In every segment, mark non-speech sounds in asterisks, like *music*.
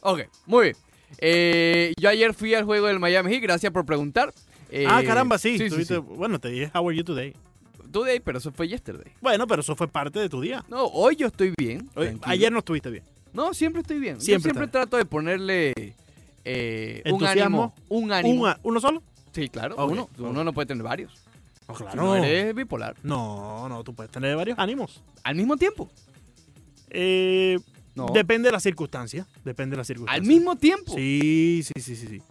Ok, muy bien. Eh, yo ayer fui al juego del Miami Heat, gracias por preguntar. Eh, ah, caramba, sí. sí, sí, tuviste- sí. Bueno, te dije, how are you today? Today, pero eso fue yesterday. Bueno, pero eso fue parte de tu día. No, hoy yo estoy bien. Oye, tranquilo. ayer no estuviste bien. No, siempre estoy bien. Yo Siempre siempre está trato de ponerle eh, un ánimo. Entusiasmo. Un ánimo. Una- ¿Uno solo? Sí, claro. Ok, Uno. Uno ok. no puede tener varios. No, Si no eres bipolar. No, no, tú puedes tener varios ánimos. Al mismo tiempo. Eh, No. Depende de la circunstancia. Depende de la circunstancia. Al mismo tiempo. Sí, sí, sí, sí, sí.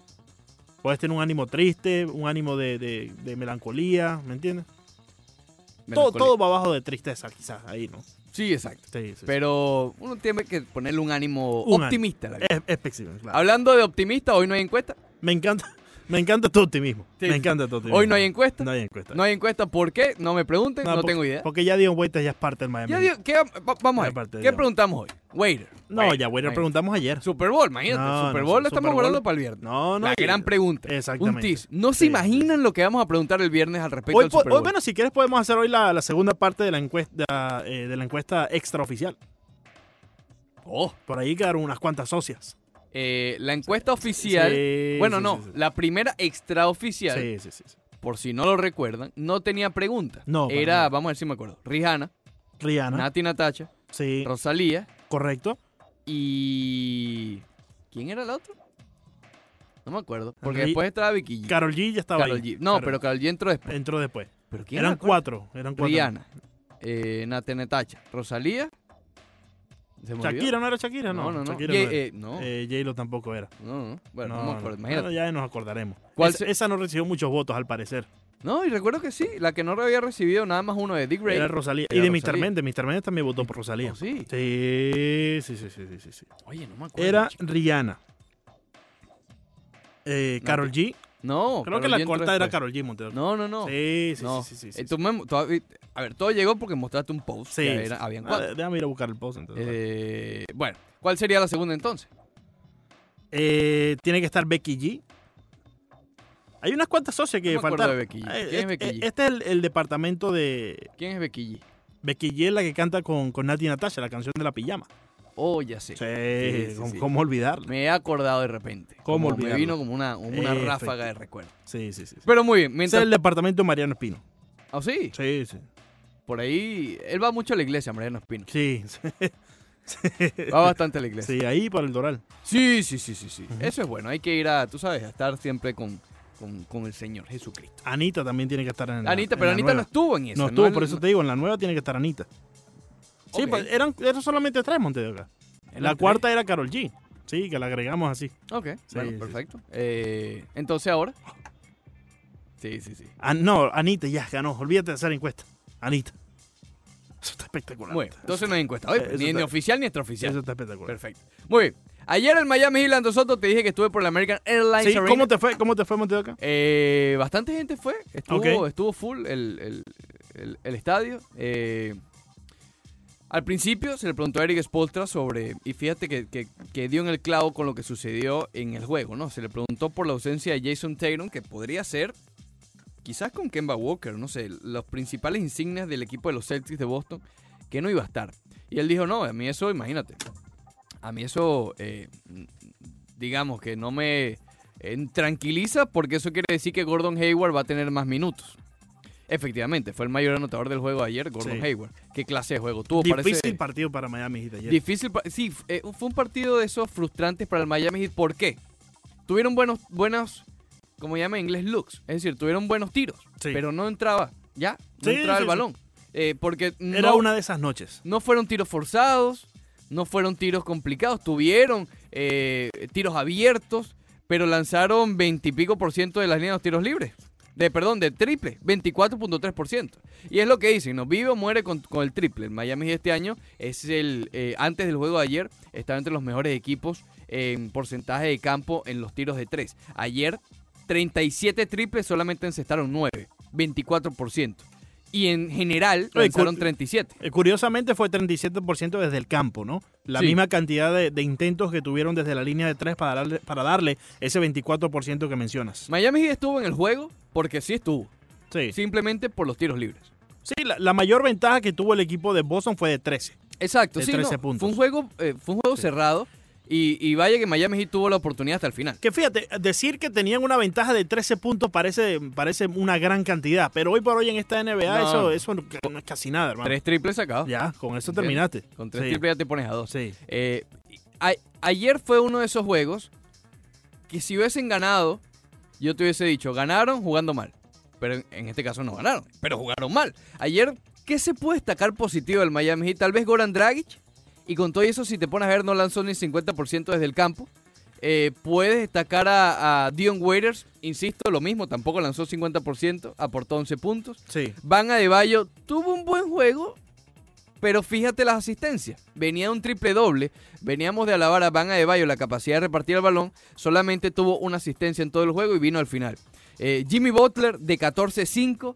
Puedes tener un ánimo triste, un ánimo de, de- de melancolía, ¿me entiendes? Todo, Melancolía. todo va abajo de tristeza, quizás, ahí, ¿no? Sí, exacto. Sí, sí, sí. Pero uno tiene que ponerle un ánimo Un ánimo. Eh, optimista a la vida. Es, es flexible, claro. Hablando de optimista, hoy no hay encuesta. Me encanta, *laughs* me encanta tu optimismo. Sí, me sí. encanta tu optimismo. Hoy no hay encuesta. No hay encuesta. No hay encuesta. ¿Por qué? No me pregunten. No, No, porque- tengo idea. Porque ya Dion Waiters ya es parte del Miami. Ya Heat. digo, ¿qué, va- vamos a Ya parte ver. de ¿Qué yo. preguntamos hoy? Waiter. no, ya Waiters Waiter. preguntamos ayer. Super Bowl, imagínate. No, no, Super Bowl Super lo estamos Bowl. guardando para el viernes. No, no. La y- gran pregunta. Exactamente. Un tease. No se Sí. imaginan lo que vamos a preguntar el viernes al respecto Hoy, del po- Super hoy, Bowl. bueno, si quieres podemos hacer hoy la, la segunda parte de la encuesta eh, de la encuesta extraoficial. Oh, Por ahí quedaron unas cuantas socias. eh, la encuesta oficial. Sí, bueno, sí, no. sí, sí. La primera extraoficial, Sí, sí, sí, sí. por si no lo recuerdan, no tenía pregunta. No, para Era, nada. vamos a ver si me acuerdo. Rihanna, Rihanna. Nati Natacha, sí, Rosalía correcto. y. ¿Quién era el otro? No me acuerdo. Porque Ri- después estaba Vicky G. Carol G ya estaba Karol ahí. G. No, Karol- pero Carol G entró después. entró después. ¿Pero quién Eran me acuerdo? cuatro, eran cuatro. Rihanna, eh, Nati Natacha, Rosalía. ¿Se me olvidó? Shakira no era Shakira, no. No, no, no. Shakira Ye- era. eh, no, Eh, J-Lo tampoco era. no, no. Bueno, No, no me no. acuerdo, Bueno, imagínate. ya nos acordaremos. ¿Cuál Esa- se- Esa no recibió muchos votos, al parecer. No, y recuerdo que sí, la que no había recibido nada más uno de Dick Ray. Era Rosalía. Era y de Mr. Rosalía. Méndez. Mr. Méndez también votó por Rosalía. Oh, sí. Sí, sí, sí, sí, sí, sí, sí. Oye, no me acuerdo. Era chico. Rihanna. Eh, No, Carol G. No, Creo Karol que G la entró corta era después. Carol G. Montero. No, no, no. Sí, sí, No. sí, sí, sí, sí. Eh, tú me- todavía- a ver, todo llegó porque mostraste un post. Sí, que sí, era- sí. habían Ah, cuatro. déjame ir a buscar el post entonces. Eh, bueno, ¿cuál sería la segunda entonces? Eh, tiene que estar Becky G. Hay unas cuantas socias que No me acuerdo faltaron. de Becky G. Eh, ¿Quién es eh, Becky G? Este es el, el departamento de ¿Quién es Becky G? Becky G, es la que canta con, con Nati Natasha, la canción de la pijama. Oh, ya sé. Sí, sí, ¿cómo, sí. cómo olvidarla? Me he acordado de repente. ¿Cómo Como me olvidarlo? vino como una, una Efecti- ráfaga de recuerdo. Sí, sí, sí. sí. Pero muy bien, Ese es mientras... el departamento de Mariano Espino. ¿Ah, sí? Sí, sí. Por ahí... Él va mucho a la iglesia, Mariano Espino. Sí, Va bastante a la iglesia. sí, ahí para el Doral. Sí, sí, sí, sí, sí. Ujú. Eso es bueno. Hay que ir a, tú sabes, a estar siempre con, con, con el Señor Jesucristo. Anita también tiene que estar en la- Anita, en pero la Anita no nueva. estuvo en eso. No estuvo, por eso te digo, en la nueva tiene que estar Anita. Sí, Ok. pues eran, eran solamente tres Monte de Oca. La cuarta era Carol G. Sí, que la agregamos así. Ok, Sí, bueno, sí, sí. perfecto. Eh, entonces ahora... Sí, sí, sí. Ah, no, Anita ya ganó. Olvídate de hacer encuesta. Anita. Eso está espectacular. Muy bien. Entonces no hay encuesta hoy, Eso ni, está- ni oficial ni extraoficial. Eso está espectacular. Perfecto. Muy bien. Ayer en Miami Heat, Lando Soto, te dije que estuve por la American Airlines Sí, Arena. ¿Cómo te fue? ¿Cómo te fue Monte de Oca? Eh, bastante gente fue. Estuvo, Ok. estuvo full el, el- el- el estadio. Eh, al principio se le preguntó a Eric Spolstra sobre. Y fíjate que, que- que dio en el clavo con lo que sucedió en el juego, ¿no? Se le preguntó por la ausencia de Jason Tatum, que podría ser. Quizás con Kemba Walker, no sé, los principales insignias del equipo de los Celtics de Boston, que no iba a estar. Y él dijo, no, a mí eso, imagínate, a mí eso, eh, digamos que no me, eh, tranquiliza porque eso quiere decir que Gordon Hayward va a tener más minutos. Efectivamente, fue el mayor anotador del juego de ayer, Gordon Sí. Hayward. ¿Qué clase de juego tuvo? Difícil Uh, Parece- partido para Miami Heat ayer. Difícil. pa- Sí, f- eh, fue un partido de esos frustrantes para el Miami Heat. ¿Por qué? Tuvieron buenos, buenos como llama en inglés, looks. Es decir, tuvieron buenos tiros, Sí. pero no entraba, ¿ya? No Sí, entraba sí, el sí. balón. Eh, porque no, Era una de esas noches. no fueron tiros forzados, no fueron tiros complicados, tuvieron eh, tiros abiertos, pero lanzaron 20 y pico por ciento de las líneas de los tiros libres. De, perdón, de triple, 24.3%. Y es lo que dicen, no vive o muere con, con el triple. El Miami Heat este año es el, eh, antes del juego de ayer, estaba entre los mejores equipos en porcentaje de campo en los tiros de tres. Ayer, 37 triples, solamente encestaron 9, 24%. Y en general, Oye, lanzaron cu- 37. Eh, Curiosamente fue 37% desde el campo, ¿no? La Sí. misma cantidad de, de intentos que tuvieron desde la línea de tres para darle, para darle ese 24% que mencionas. Miami Heat estuvo en el juego porque sí estuvo, Sí, sí. simplemente por los tiros libres. la, la mayor ventaja que tuvo el equipo de Boston fue de 13. Exacto, De sí, no, 13 puntos. fue un juego, eh, fue un juego cerrado Y, y vaya que Miami Heat tuvo la oportunidad hasta el final. Que fíjate, decir que tenían una ventaja de 13 puntos parece, parece una gran cantidad, pero hoy por hoy en esta NBA No. eso, eso no es casi nada, hermano. Tres triples sacados. Ya, con eso Entiendo. terminaste. Con tres Sí, triples ya te pones a dos. Sí. Eh, a- ayer fue uno de esos juegos que si hubiesen ganado, yo te hubiese dicho, ganaron jugando mal. Pero en, en este caso no ganaron, pero jugaron mal. Ayer, ¿qué se puede destacar positivo del Miami Heat? Tal vez Goran Dragic. Y con todo eso, si te pones a ver, no lanzó ni 50% desde el campo. Eh, puedes destacar a, a Dion Waiters, insisto, lo mismo, tampoco lanzó 50%, aportó 11 puntos. Sí. Van Adebayo tuvo un buen juego, pero fíjate las asistencias. Venía de un triple doble. Veníamos de alabar a Van Adebayo la capacidad de repartir el balón. Solamente tuvo una asistencia en todo el juego y vino al final. Eh, Jimmy Butler de 14-5.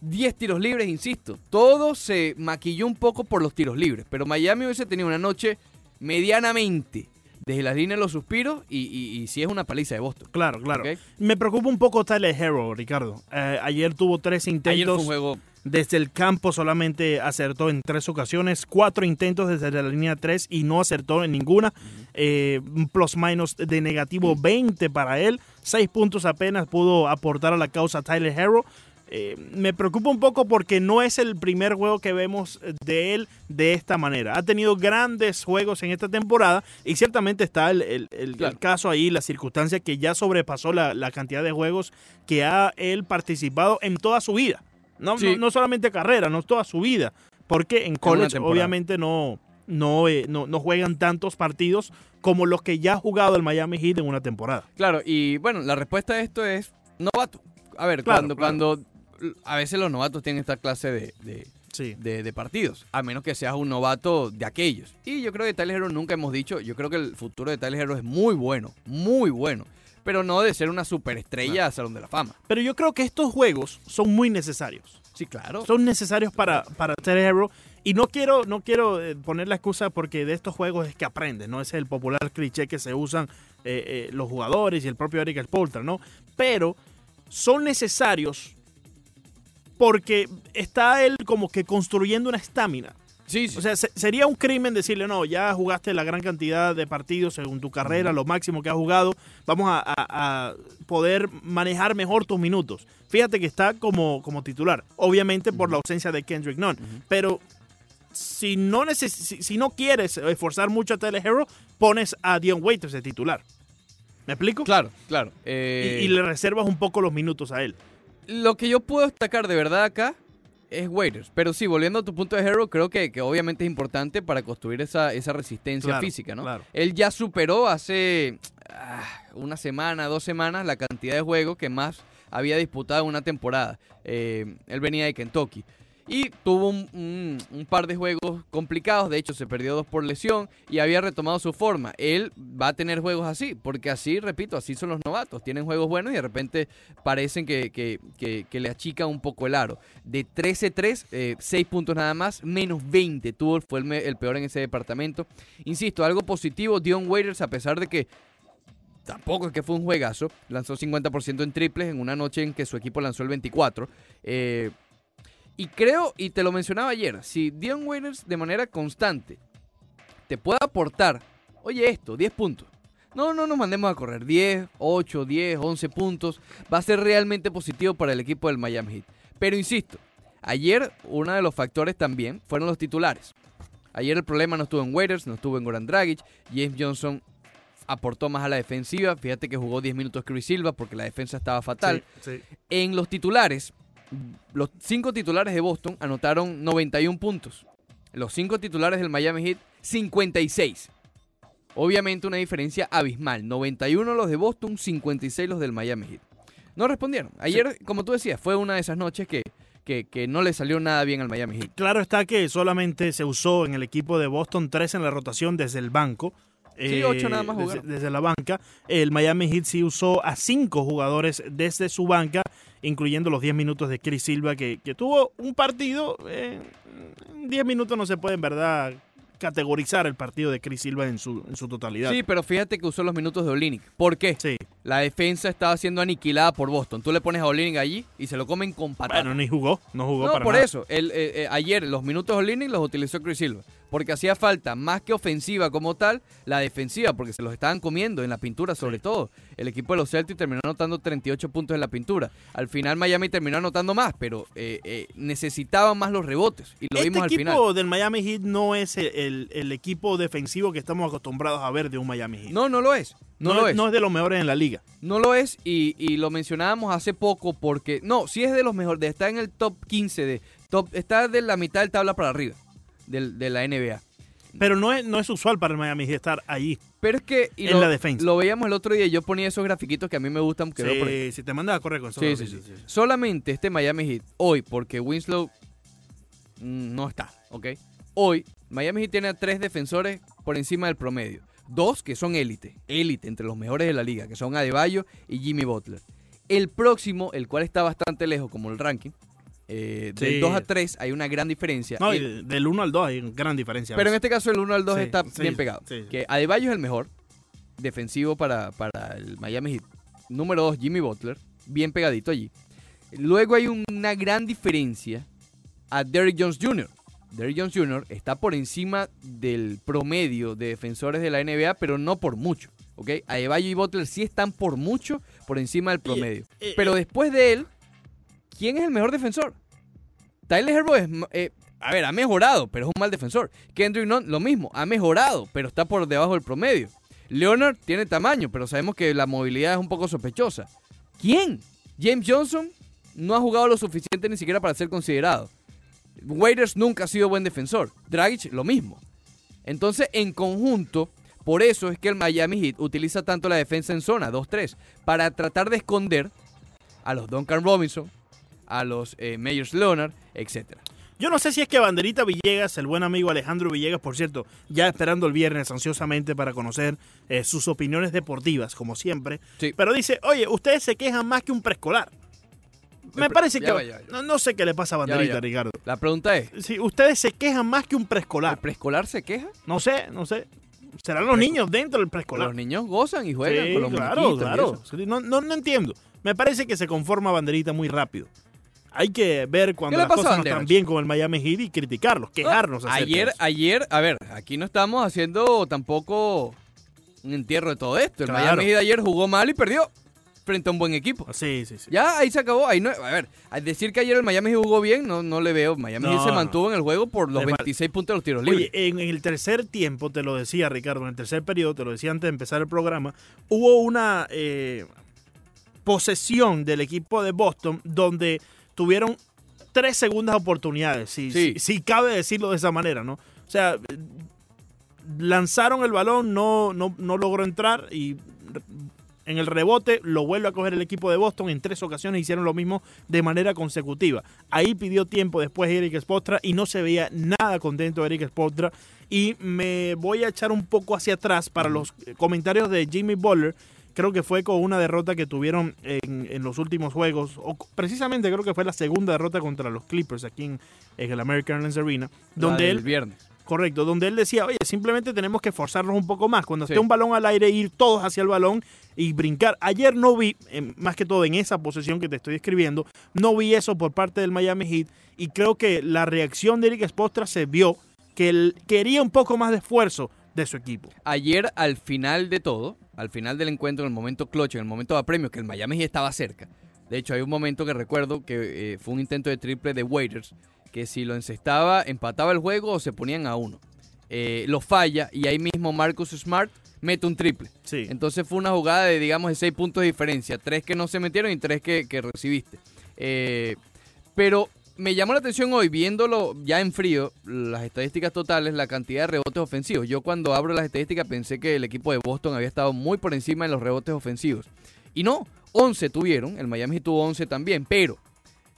10 tiros libres, insisto. Todo se maquilló un poco por los tiros libres. Pero Miami hubiese tenido una noche medianamente. Desde las líneas de los suspiros y, y, y si es una paliza de Boston. Claro, claro. ¿ok? Me preocupa un poco Tyler Hero, Ricardo. Eh, ayer tuvo tres intentos. Ayer fue un juego Desde el campo solamente acertó en tres ocasiones, cuatro intentos desde la línea 3 y no acertó en ninguna. Eh, un plus minus de negativo 20 para él. Seis puntos apenas pudo aportar a la causa Tyler Harrow. Eh, me preocupa un poco porque no es el primer juego que vemos de él de esta manera. Ha tenido grandes juegos en esta temporada y ciertamente está el, el- el- el Claro. caso ahí, la circunstancia que ya sobrepasó la, la cantidad de juegos que ha él participado en toda su vida. No, Sí. no, no solamente carrera, no toda su vida. Porque en college temporada. obviamente no, no, eh, no, no juegan tantos partidos como los que ya ha jugado el Miami Heat en una temporada. Claro, y bueno, la respuesta a esto es novato. A ver, Claro, cuando, claro. cuando a veces los novatos tienen esta clase de, de- Sí. de- de partidos, a menos que seas un novato de aquellos. Y yo creo que Tyler Hero nunca hemos dicho, yo creo que el futuro de Tyler Hero es muy bueno, muy bueno, pero no de ser una superestrella a Salón de la Fama. Pero yo creo que estos juegos son muy necesarios. Sí, claro. Son necesarios para, para Tyler Herro. Y no quiero, no quiero eh, poner la excusa porque de estos juegos es que aprendes, ¿no? Ese es el popular cliché que se usan eh, eh, los jugadores y el propio Eric Spolter, ¿no? Pero son necesarios porque está él como que construyendo una estamina. Sí, sí. O sea, se- sería un crimen decirle, no, ya jugaste la gran cantidad de partidos según tu carrera, lo máximo que has jugado, vamos a, a- a poder manejar mejor tus minutos. Fíjate que está como, como titular, obviamente por la ausencia de Kendrick Nunn, pero si no, neces- si, si no quieres esforzar mucho a Tyler Herro, pones a Dion Waiters de titular. ¿Me explico? claro, claro. Y, Eh, y le reservas un poco los minutos a él. lo que yo puedo destacar de verdad acá es Waiters. Pero sí, volviendo a tu punto de Hero, creo que, que obviamente es importante para construir esa, esa resistencia Claro, física, ¿no? claro. Él ya superó hace ah, una semana, dos semanas, la cantidad de juegos que más había disputado en una temporada. Eh, él venía de Kentucky. Y tuvo un, un- un par de juegos complicados, de hecho se perdió dos por lesión y había retomado su forma. Él va a tener juegos así, porque así, repito, así son los novatos. Tienen juegos buenos y de repente parecen que, que- que- que le achica un poco el aro. De 13-3, 6 eh, puntos nada más, menos 20 tuvo, fue el, me- el peor en ese departamento. Insisto, algo positivo, Dion Waiters, a pesar de que tampoco es que fue un juegazo, lanzó 50% en triples en una noche en que su equipo lanzó el 24. eh, y creo, y te lo mencionaba ayer, si Dion Waiters de manera constante te puede aportar, oye esto, 10 puntos. No, no nos mandemos a correr 10, 8, 10, 11 puntos. Va a ser realmente positivo para el equipo del Miami Heat. Pero insisto, ayer uno de los factores también fueron los titulares. Ayer el problema no estuvo en Waiters, no estuvo en Goran Dragic. James Johnson aportó más a la defensiva. Fíjate que jugó 10 minutos Chris Silva porque la defensa estaba fatal. Sí, En los titulares, los cinco titulares de Boston anotaron 91 puntos. Los cinco titulares del Miami Heat, 56. Obviamente una diferencia abismal. 91 los de Boston, 56 los del Miami Heat. No respondieron. Ayer, como tú decías, fue una de esas noches que, que, que no le salió nada bien al Miami Heat. Claro está que solamente se usó en el equipo de Boston 3 en la rotación desde el banco. Eh, Sí, ocho nada más desde, jugaron. desde la banca. El Miami Heat sí usó a cinco jugadores desde su banca, incluyendo los 10 minutos de Chris Silva, que, que tuvo un partido. eh, en 10 minutos no se puede, en verdad, categorizar el partido de Chris Silva en su, en su totalidad. Sí, pero fíjate que usó los minutos de Olinick. ¿Por qué? Sí, la defensa estaba siendo aniquilada por Boston. Tú le pones a Olining allí y se lo comen con patatas. Bueno, ni jugó, no jugó no, para por nada. eso. El, eh, eh, ayer los minutos de Olining los utilizó Chris Silva. Porque hacía falta, más que ofensiva como tal, la defensiva, porque se los estaban comiendo en la pintura, sobre todo. El equipo de los Celtics terminó anotando 38 puntos en la pintura. Al final Miami terminó anotando más, pero eh, eh, necesitaban más los rebotes. Y lo este vimos al equipo final. del Miami Heat no es el, el- el equipo defensivo que estamos acostumbrados a ver de un Miami Heat. No, no lo es. No, lo es. no es de los mejores en la liga. No lo es y, y lo mencionábamos hace poco porque, no, sí es de los mejores, de- está en el top 15, de top, está de la mitad del tabla para arriba del- de la NBA. Pero no es, no es usual para el Miami Heat estar allí. Pero es que y En la defensa. lo veíamos el otro día, yo ponía esos grafiquitos que a mí me gustan, que veo por ahí. Sí, si te mandas a correr con eso. Sí, sí, sí. Solamente este Miami Heat, hoy, porque Winslow mm, no está, ¿ok? Hoy, Miami Heat tiene a tres defensores por encima del promedio. Dos que son élite, élite entre los mejores de la liga, que son Adebayo y Jimmy Butler. El próximo, el cual está bastante lejos, como el ranking, eh, Sí. del 2 a 3 hay una gran diferencia. No, Y- y de- del 1 al 2 hay gran diferencia. a pero en veces. este caso el 1 al 2 Sí, está sí, bien pegado. sí. Que Adebayo es el mejor defensivo para, para el Miami Heat. Número 2, Jimmy Butler, bien pegadito allí. Luego hay una gran diferencia a Derrick Jones Jr. Derrick Jones Jr. está por encima del promedio de defensores de la NBA, pero no por mucho. ¿ok? Adebayo y Butler sí están por mucho por encima del promedio. eh, pero después de él, ¿quién es el mejor defensor? Tyler Herro es, ma- eh, a ver, ha mejorado, pero es un mal defensor. Kendrick Nunn, lo mismo, ha mejorado, pero está por debajo del promedio. Leonard tiene tamaño, pero sabemos que la movilidad es un poco sospechosa. ¿Quién? James Johnson no ha jugado lo suficiente ni siquiera para ser considerado. Waiters nunca ha sido buen defensor. Dragic, lo mismo. Entonces, en conjunto, por eso es que el Miami Heat utiliza tanto la defensa en zona 2-3 para tratar de esconder a los Duncan Robinson, a los eh, Meyers Leonard, etcétera. Yo no sé si es que Banderita Villegas, el buen amigo Alejandro Villegas, por cierto, ya esperando el viernes ansiosamente para conocer eh, sus opiniones deportivas, como siempre. Sí. Pero dice, oye, ustedes se quejan más que un preescolar. Me pre- parece ya que... va, ya va, ya va. No, no sé qué le pasa a va, Banderita, ya va. Ricardo. La pregunta es, Sí, ustedes se quejan más que un ¿el preescolar. preescolar se queja? No sé, no sé. Serán los Preescolar. niños dentro del Los preescolar. niños gozan y juegan Sí, con los claro, muñequitos y claro. eso. Sí, No, no, no entiendo. Me parece que se conforma Banderita muy rápido. Hay que ver cuando le las pasó a cosas no Bandera, están bien con el Miami Heat y criticarlos, quejarnos. No, acerca de ayer, eso. ayer, a ver, aquí no estamos haciendo tampoco un entierro de todo esto. El Claro. Miami de ayer jugó mal y perdió frente a un buen equipo. Sí, sí, sí. Ya ahí se acabó, ahí no, a ver, al decir que ayer el Miami jugó bien, no, no le veo. Miami No, se no. mantuvo en el juego por los Le fal- 26 puntos de los tiros libres. Oye, en, en el tercer tiempo, te lo decía Ricardo, en el tercer periodo, te lo decía antes de empezar el programa, hubo una eh, posesión del equipo de Boston donde tuvieron tres segundas oportunidades, si, Sí. si- si cabe decirlo de esa manera, ¿no? O sea, eh, lanzaron el balón, no, no, no logró entrar y re- en el rebote lo vuelve a coger el equipo de Boston. En tres ocasiones hicieron lo mismo de manera consecutiva. Ahí pidió tiempo después Eric Spotra y no se veía nada contento Eric Spotra. Y me voy a echar un poco hacia atrás para los eh, comentarios de Jimmy Butler. Creo que fue con una derrota que tuvieron en, en los últimos juegos. O c- precisamente creo que fue la segunda derrota contra los Clippers aquí en, en el American Airlines Arena. La Donde del él viernes. Correcto, donde él decía, oye, simplemente tenemos que forzarnos un poco más. Cuando Sí. esté un balón al aire, ir todos hacia el balón y brincar. Ayer no vi, eh, más que todo en esa posesión que te estoy escribiendo, no vi eso por parte del Miami Heat. Y creo que la reacción de Eric Spostra se vio que él quería un poco más de esfuerzo de su equipo. ayer al final de todo, al final del encuentro, en el momento clutch, en el momento de premios, que el Miami Heat estaba cerca. De hecho, hay un momento que recuerdo que eh, fue un intento de triple de Waiters, que si lo encestaba, empataba el juego o se ponían a uno. Eh, lo falla y ahí mismo Marcus Smart mete un triple. Sí. Entonces fue una jugada de, digamos, de seis puntos de diferencia. Tres que no se metieron y tres que, que recibiste. Eh, pero me llamó la atención hoy, viéndolo ya en frío, las estadísticas totales, la cantidad de rebotes ofensivos. Yo cuando abro las estadísticas pensé que el equipo de Boston había estado muy por encima en los rebotes ofensivos. Y no, 11 tuvieron, el Miami Heat tuvo 11 también, pero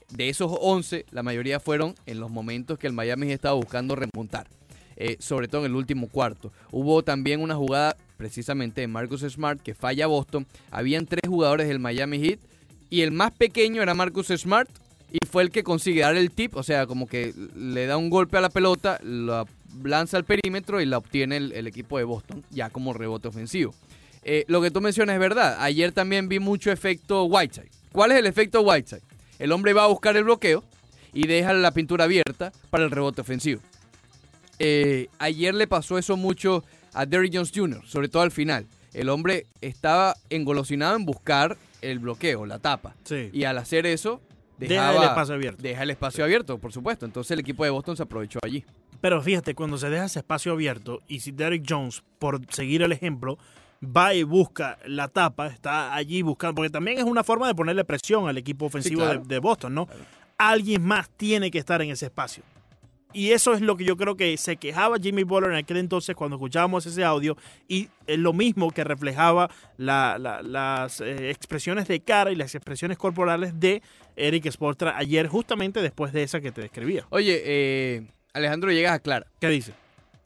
de esos 11, la mayoría fueron en los momentos que el Miami Heat estaba buscando remontar. eh, sobre todo en el último cuarto. Hubo también una jugada precisamente de Marcus Smart que falla Boston. Habían tres jugadores del Miami Heat y el más pequeño era Marcus Smart y fue el que consigue dar el tip, o sea, como que le da un golpe a la pelota, la lanza al perímetro y la obtiene el, el equipo de Boston ya como rebote ofensivo. Eh, lo que tú mencionas es verdad. Ayer también vi mucho efecto Whiteside. ¿Cuál es el efecto Whiteside? El hombre va a buscar el bloqueo y deja la pintura abierta para el rebote ofensivo. Eh, ayer le pasó eso mucho a Derrick Jones Jr., sobre todo al final. El hombre estaba engolosinado en buscar el bloqueo, la tapa. Sí. Y al hacer eso, Deja dejaba, el espacio abierto. deja el espacio abierto, por supuesto. Entonces el equipo de Boston se aprovechó allí. Pero fíjate, cuando se deja ese espacio abierto y si Derek Jones, por seguir el ejemplo, va y busca la tapa, está allí buscando, porque también es una forma de ponerle presión al equipo ofensivo claro. de, de Boston, ¿no? Claro. Alguien más tiene que estar en ese espacio. Y eso es lo que yo creo que se quejaba Jimmy Butler en aquel entonces cuando escuchábamos ese audio y eh, lo mismo que reflejaba la- la- las eh, expresiones de cara y las expresiones corporales de Eric Sportra ayer justamente después de esa que te describía. Oye, eh, Alejandro Llegas aclara ¿Qué dice?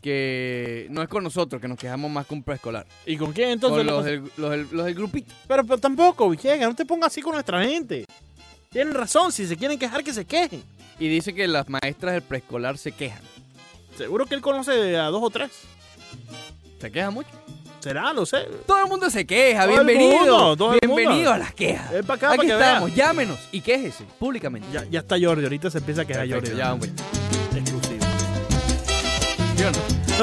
que no es con nosotros que nos quejamos más con preescolar. ¿Y con quién entonces? Con la los cosa? del, los, del, los del grupito. Pero, pero tampoco, Villegas, no te pongas así con nuestra gente. Tienen razón, si se quieren quejar, que se quejen. Y dice que las maestras del preescolar se quejan. Seguro que él conoce a dos o tres. ¿Se quejan mucho? Será, no sé. Todo el mundo se queja. Todo el bienvenido. mundo, todo el mundo. bienvenido a las quejas. Ven para acá Aquí para que estamos. veas. Llámenos y quéjese públicamente. Ya, ya está Jordi, ahorita se empieza a quejar Perfecto, Jordi. ya, hombre. Exclusivo. ¿Sí o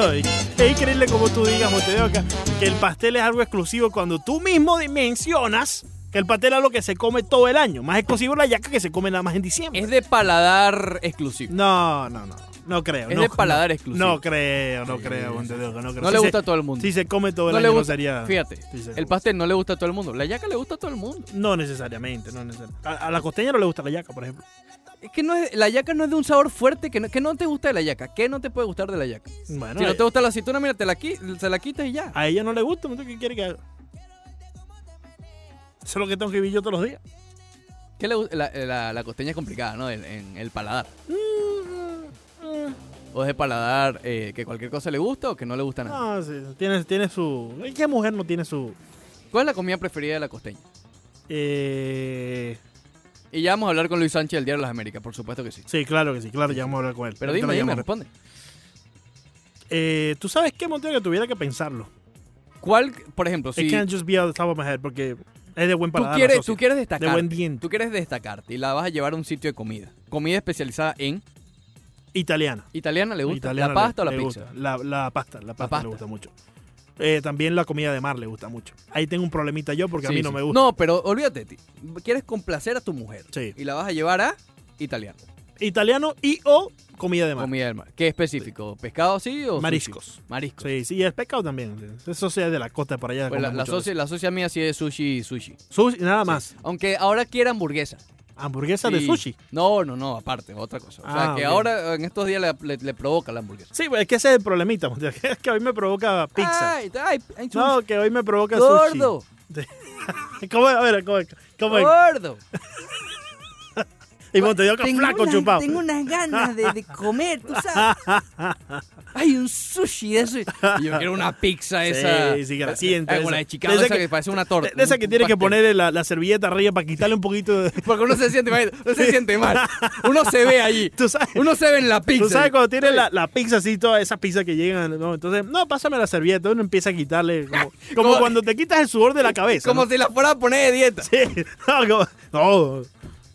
no? Ay, es increíble como tú digas, Montedeoca, que el pastel es algo exclusivo cuando tú mismo mencionas que el pastel es algo que se come todo el año. Más exclusivo la yaca que se come nada más en diciembre. Es de paladar exclusivo. No, no, no. No creo. Es no, de paladar no, exclusivo. No creo, no Sí, creo, sí. Montedeoca, no creo. No Si le se- gusta a todo el mundo. Si se come todo el No le año, no gusta- sería. Fíjate, Sí, seguro. el pastel no le gusta a todo el mundo. La yaca le gusta a todo el mundo. No necesariamente, no necesariamente. A, a la costeña no le gusta la yaca, por ejemplo. Es que no es, la yaca no es de un sabor fuerte. Que no, que no te gusta de la yaca? ¿Qué no te puede gustar de la yaca? Bueno, si a, no te gusta la aceituna, mira, te la, qui- se la quitas y ya. a ella no le gusta, ¿no? ¿qué quiere que haga? Eso es lo que tengo que vivir yo todos los días. ¿Qué le gusta? La, la- la costeña es complicada, ¿no? En, en el paladar. Mm, O es de paladar eh, que cualquier cosa le gusta o que no le gusta nada. No, sí, tiene, tiene su. ¿Qué mujer no tiene su. ¿Cuál es la comida preferida de la costeña? eh, Y ya vamos a hablar con Luis Sánchez del Diario de las Américas, por supuesto que sí. Sí, claro que sí, claro, ya vamos a hablar con él. Pero Ahorita dime, lo dime, llamamos. responde. Eh, Tú sabes qué, Montero, que tuviera que pensarlo. ¿Cuál, por ejemplo, si It can't just be out of the top of my head porque es de buen tú paladar. quieres, socio. tú quieres destacarte, de buen diente. tú quieres destacarte y la vas a llevar a un sitio de comida, comida especializada en Italiana. italiana, ¿le gusta Italiana la pasta le- o la le pizza? gusta. La, la pasta, la pasta, pasta. le gusta mucho. Eh, también la comida de mar le gusta mucho. Ahí tengo un problemita yo porque a Sí, mí no sí. me gusta. No, pero olvídate, ti- quieres complacer a tu mujer Sí. y la vas a llevar a italiana, Italiano y o comida de mar. comida del mar. ¿Qué específico? ¿Pescado sí o sushi? Mariscos. Mariscos. Sí, sí, y el pescado también. Eso sí es de la costa por allá. Pues come la, la mucho socia, la socia mía sí es sushi, sushi. eso. Sushi, nada más. Aunque ahora quiere hamburguesa. Hamburguesa de Sí. sushi. No, no, no, aparte, otra cosa. O sea, Ah, que ok. ahora en estos días le, le- le provoca la hamburguesa. Sí, pues es que ese es el problemita. *laughs* Es que hoy me provoca pizza. Ay, ay, ay, sushi. no, que hoy me provoca gordo, sushi. ¿Cómo es? A ver, ¿cómo es? ¿Cómo es? gordo. Y Montevideo flaco unas, chupado. tengo *laughs* unas ganas de, de comer, tú sabes. Hay un sushi de eso. Yo quiero una pizza esa. Sí, sí, que la sienten, Ah, como la de esa. Chicago, De esa esa que, que- parece una torta. De esa que un tiene que pastel. poner la, la servilleta arriba para quitarle un poquito de... *laughs* Porque uno se siente mal, uno se siente mal. Uno se ve allí. *laughs* Tú sabes, Uno se ve en la pizza. tú sabes cuando tiene la, la pizza así, todas esas pizzas que llegan, ¿no? Entonces, no, pásame la servilleta, uno empieza a quitarle, *laughs* como, como Como- cuando te quitas el sudor de la cabeza. Como ¿no? si la fuera a poner de dieta. *laughs* Sí, no, como- no,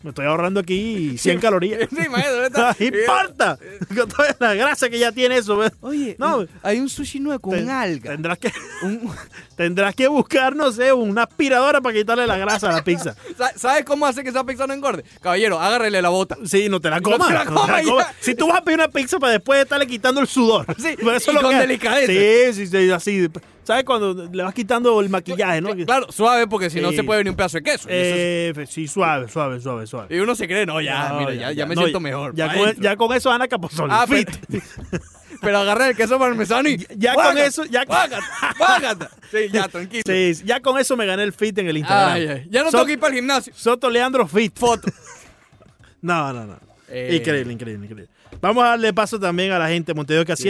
me estoy ahorrando aquí 100 *laughs* *laughs* calorías. *laughs* Sí, imagínate, Eh, No ¿verdad? *laughs* importa, con toda la grasa que ya tiene eso. ¿ves? Oye, No. un- hay un sushi nuevo con Ten- alga. Tendrás que, Un- *laughs* tendrás que buscar, no sé, una aspiradora para quitarle la grasa a la pizza. ¿Sa- ¿Sabes cómo hace que esa pizza no engorde? Caballero, agárrele la bota. Sí, no te la No te comas. la no te la comas, comas. ya. Si tú vas a pedir una pizza para después estarle quitando el sudor. *laughs* Sí, Pero eso y es lo con que- delicadeza. Sí, sí, sí, así. ¿Sabes cuando le vas quitando el maquillaje, no? Claro, suave porque si no Sí. se puede venir un pedazo de queso. Y eso es- Eh, sí, suave, suave, suave, suave. Y uno se cree, no, ya, No, mira, ya, ya me no, siento mejor. Ya pa' con, dentro. ya con eso, Ana Capozón. Ah, pero, *laughs* pero agarra el queso parmesano y. Ya con ¡guácata! eso, ya- ¡guácata! ¡guácata! Sí, ya, tranquilo. *laughs* Sí, ya con eso me gané el fit en el Instagram. Ay, ay, Ya no So- *laughs* tengo que ir para el gimnasio. Soto Leandro Fit. Foto. No, no, no. Eh, Increíble, increíble, increíble. Vamos a darle paso también a la gente de Montevideo que a Sí.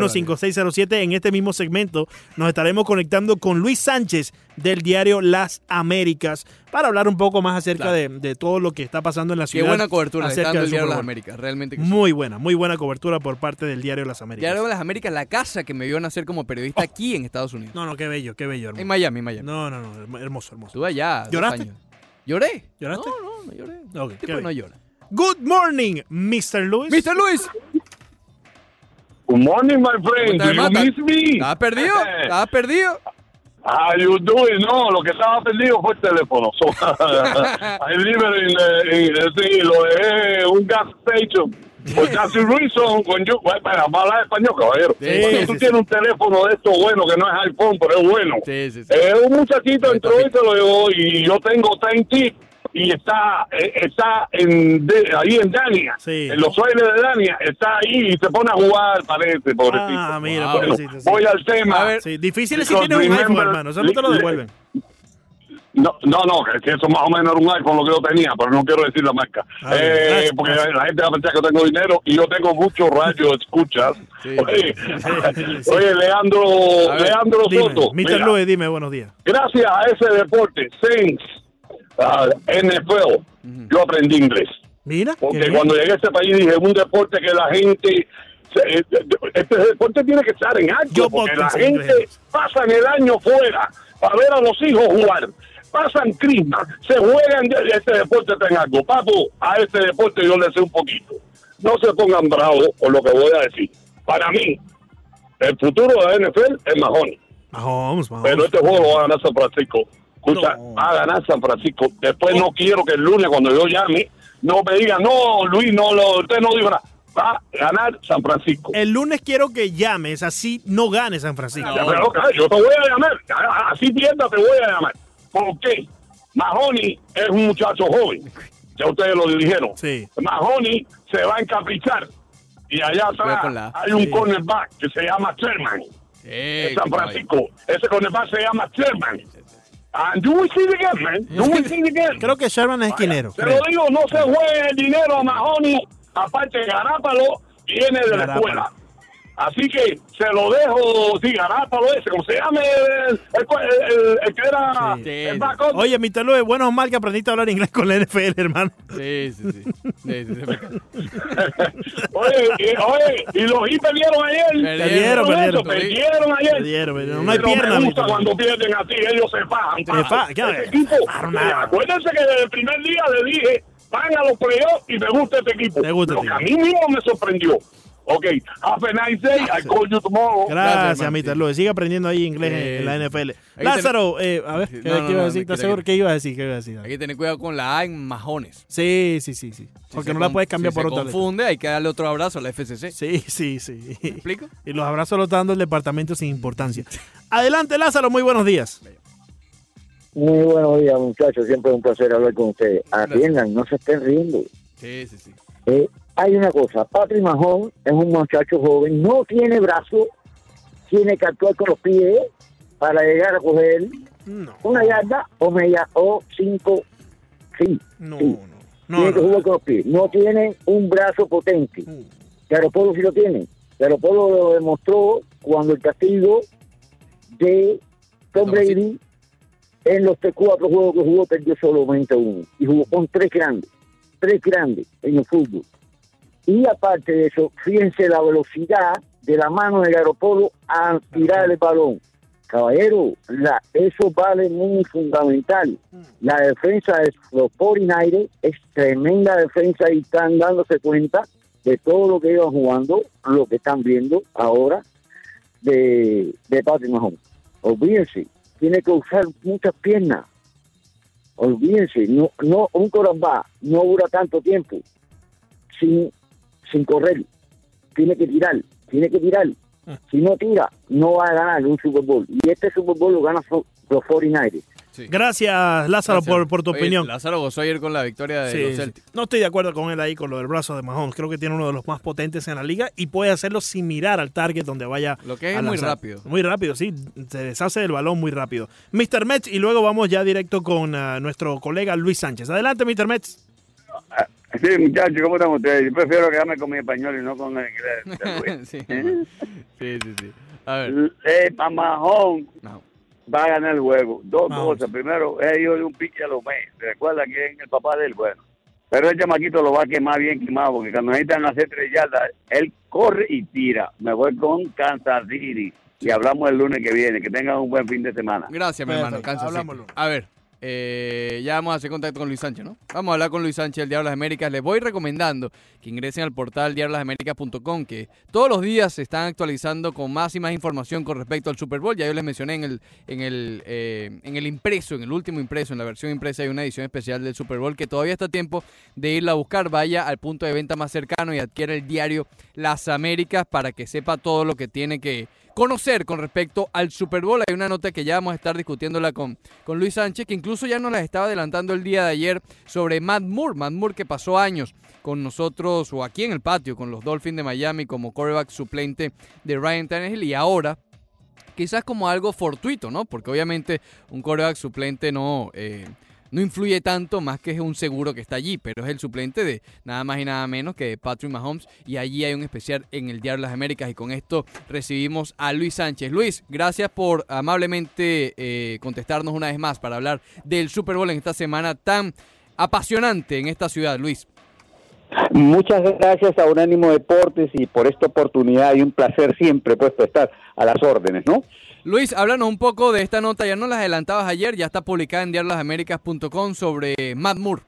786-801-5607. En este mismo segmento nos estaremos conectando con Luis Sánchez del diario Las Américas para hablar un poco más acerca Claro. de, de todo lo que está pasando en la Qué ciudad. buena cobertura le está dando acerca del el Diario de Super las Bowl. Américas. Realmente que sí. Muy buena, muy buena cobertura por parte del diario Las Américas. Diario de las Américas, la casa que me vio nacer como periodista aquí en Estados Unidos. Oh. No, no, qué bello, qué bello, hermoso. En Miami, en Miami. No, no, no, hermo- hermoso, hermoso. Estuve allá. dos ¿Lloraste? años. ¿Lloré? ¿Lloraste? No, no, no lloré. Ok, Este qué tipo no bello. llora. Good morning, Mr. Luis. ¡Mr. Luis! Good morning, my ¿Cómo friend. te Do you mata? miss me? ¿Estabas perdido? ¿Estabas perdido? How you doing? No, lo que estaba perdido fue el teléfono. So, *laughs* I live in, eh, in, eh, sí, lo dejé en un gas station. *laughs* Por that reason, when you, bueno, para para hablar español, caballero. Sí, Cuando sí, tú sí. tienes un teléfono de estos bueno, que no es iPhone, pero es bueno. Sí, sí, sí. Eh, un muchachito entró y se lo llevó y yo tengo 30 y está eh, está en, de- ahí en Dania, Sí. en los sueles de Dania, está ahí y se pone a jugar, parece, pobrecito. Ah, mira, Wow. Bueno, pobrecito, sí. voy al tema. A ver. Sí, difícil es si Because tienes un iPhone, remember- hermano. Eso no te lo li- devuelven. No, no, no, que- que eso más o menos era un iPhone lo que yo tenía, pero no quiero decir la marca. Ah, Eh, gracias, porque gracias. la gente va a pensar que yo tengo dinero y yo tengo muchos rayos escuchas. Sí. Oye, Sí. oye, Leandro, A ver, Leandro Dime, Soto. Mr. mira, Luis, dime, buenos días. gracias a ese deporte, Saints, ah, NFL, yo aprendí inglés. Mira, qué Porque bien. cuando llegué a este país dije, un deporte que la gente... se- eh, Este deporte tiene que estar en alto, Yo porque la podcast en gente inglés. pasan el año fuera para ver a los hijos jugar. Pasan crisma, se juegan, este deporte está en algo. Papo, a este deporte yo le sé un poquito. No se pongan bravos con lo que voy a decir. Para mí, el futuro de la NFL es Mahoney. Mahomes, Mahomes. Pero este juego lo va a ganar San Francisco. Escucha, No. va a ganar San Francisco. Después no quiero que el lunes cuando yo llame, no me digan, no, Luis, no, lo, usted no dijo nada. Va a ganar San Francisco. El lunes quiero que llames, así no gane San Francisco. Ya, pero, ok, yo te voy a llamar. A- a- Así tienda te voy a llamar. ¿Por qué? Mahoney es un muchacho joven. Ya ustedes lo dijeron. Sí. Mahoney se va a encaprichar. Y allá Voy atrás con la- hay un sí. cornerback que se llama Sherman. Eh, San qué caballo. Francisco. Ese cornerback se llama Sherman. And do we see it again, man? Do we see it again? Creo que Sherman es esquinero. Te creo. lo digo, no se juegue el dinero a Mahoney. Aparte, Garápalo viene de la Garápalo. escuela. Así que se lo dejo, sí, Garápalo ese, como se llame, el, el- el- el que era Sí. el backup. Oye, Mr. Luis, bueno o mal que aprendiste a hablar inglés con la NFL, hermano. Sí, sí, sí. Sí, sí, sí. *laughs* Oye, y, oye, y los Heat perdieron ayer. Perdieron, Perdieron, perdieron. perdieron ayer. Perdieron, perdieron. No hay Pero pierna, me gusta Mr. Luis. cuando pierden así, ellos se fajan. papo. fajan, claro, Este equipo, fajaron nada. acuérdense que desde el primer día le dije, van a los playoffs y me gusta este equipo. Te gusta Lo este que a mí mismo me sorprendió. Ok, have a nice day, I call you tomorrow. Gracias, Gracias, Mr. Martín. Luis. Sigue aprendiendo ahí inglés en- en la Sí. NFL. Ahí Lázaro, eh, a ver, Sí, ¿qué, no, no, qué iba no, a me decir? quiero ¿Estás seguro? ir. ¿Qué iba a decir? ¿Qué iba a decir? Hay que tener cuidado con la A en majones. Sí, sí, sí, sí. Si Porque se no la con- puedes cambiar si por se otra. letra. confunde, hay que darle otro abrazo a la FCC. ¿Me Sí, sí, sí. explico? Y los abrazos los está dando el departamento sin importancia. Adelante, Lázaro, muy buenos días. Muy buenos días, muchachos. Siempre es un placer hablar con ustedes. Atiendan, no se estén riendo. Sí, sí, sí. Eh, hay una cosa. Patrick Mahón es un muchacho joven. No tiene brazo. Tiene que actuar con los pies para llegar a coger No, una yarda o media o cinco. Sí. no, sí. no. tiene No, que jugar no. con los pies. No tiene un brazo potente. Uh, Garopolo sí lo tiene. Garopolo lo demostró cuando el castigo de Tom Brady en los tres, cuatro juegos que jugó perdió solamente uno. Y jugó con tres grandes, tres grandes en el fútbol. Y aparte de eso, fíjense la velocidad de la mano de Garopolo al tirar el balón. Caballero, la, eso vale muy fundamental. La defensa de los 49 es tremenda defensa y están dándose cuenta de todo lo que iban jugando, lo que están viendo ahora de, de Patrick Mahomes. Olvídense, tiene que usar muchas piernas. Olvídense, no, no, un coramba no dura tanto tiempo sin, sin correr. Tiene que tirar, tiene que tirar. Si no tira, no va a ganar un Super Bowl. Y este Super Bowl lo ganan so- los 49 sí. Gracias, Lázaro, Por, por tu Oye, opinión. Lázaro gozó ayer con la victoria de Sí, los sí. Celtics. No estoy de acuerdo con él ahí con lo del brazo de Mahomes. Creo que tiene uno de los más potentes en la liga y puede hacerlo sin mirar al target donde vaya. Lo que es a muy lanzar. rápido. *laughs* Muy rápido, sí. Se deshace del balón muy rápido. Mr. Metz, y luego vamos ya directo con ah, nuestro colega Luis Sánchez. Adelante, Mr. Metz. Sí, muchachos, ¿cómo están ustedes? Yo prefiero quedarme con mi español y no con el inglés. *laughs* te lo digo. sí, sí, sí, sí. A ver, Eh, a Mahón no. va a ganar el juego. Dos Mahomes. cosas. Primero, es hijo de un pinche a los meses. Recuerda que es el papá del bueno. Pero el chamaquito lo va a quemar bien quemado, porque cuando necesitan hacer tres yardas, él corre y tira. Me voy con Kansas City. Y hablamos el lunes que viene. Que tengan un buen fin de semana. Gracias, mi hermano. Perfecto, Kansas City. hablámoslo. A ver, eh, ya vamos a hacer contacto con Luis Sánchez, ¿no? Vamos a hablar con Luis Sánchez, el Diablo de las Américas. Les voy recomendando que ingresen al portal diabloslasaméricas.com, que todos los días se están actualizando con más y más información con respecto al Super Bowl. Ya yo les mencioné en el, en el, eh, en el impreso, en el último impreso, en la versión impresa, hay una edición especial del Super Bowl que todavía está a tiempo de irla a buscar. Vaya al punto de venta más cercano y adquiera el diario Las Américas para que sepa todo lo que tiene que conocer con respecto al Super Bowl. Hay una nota que ya vamos a estar discutiéndola con, con Luis Sánchez, que incluso ya nos la estaba adelantando el día de ayer sobre Matt Moore. Matt Moore que pasó años con nosotros o aquí en el patio con los Dolphins de Miami como quarterback suplente de Ryan Tannehill y ahora quizás como algo fortuito, ¿no? Porque obviamente un coreback suplente no, eh, no influye tanto más que es un seguro que está allí, pero es el suplente de nada más y nada menos que de Patrick Mahomes y allí hay un especial en el Diario de las Américas y con esto recibimos a Luis Sánchez. Luis, gracias por amablemente eh, contestarnos una vez más para hablar del Super Bowl en esta semana tan apasionante en esta ciudad, Luis. Muchas gracias a Unánimo Deportes y por esta oportunidad y un placer siempre puesto estar a las órdenes, ¿no? Luis, háblanos un poco de esta nota, ya nos la adelantabas ayer, ya está publicada en diarlasaméricas.com sobre Matt Moore.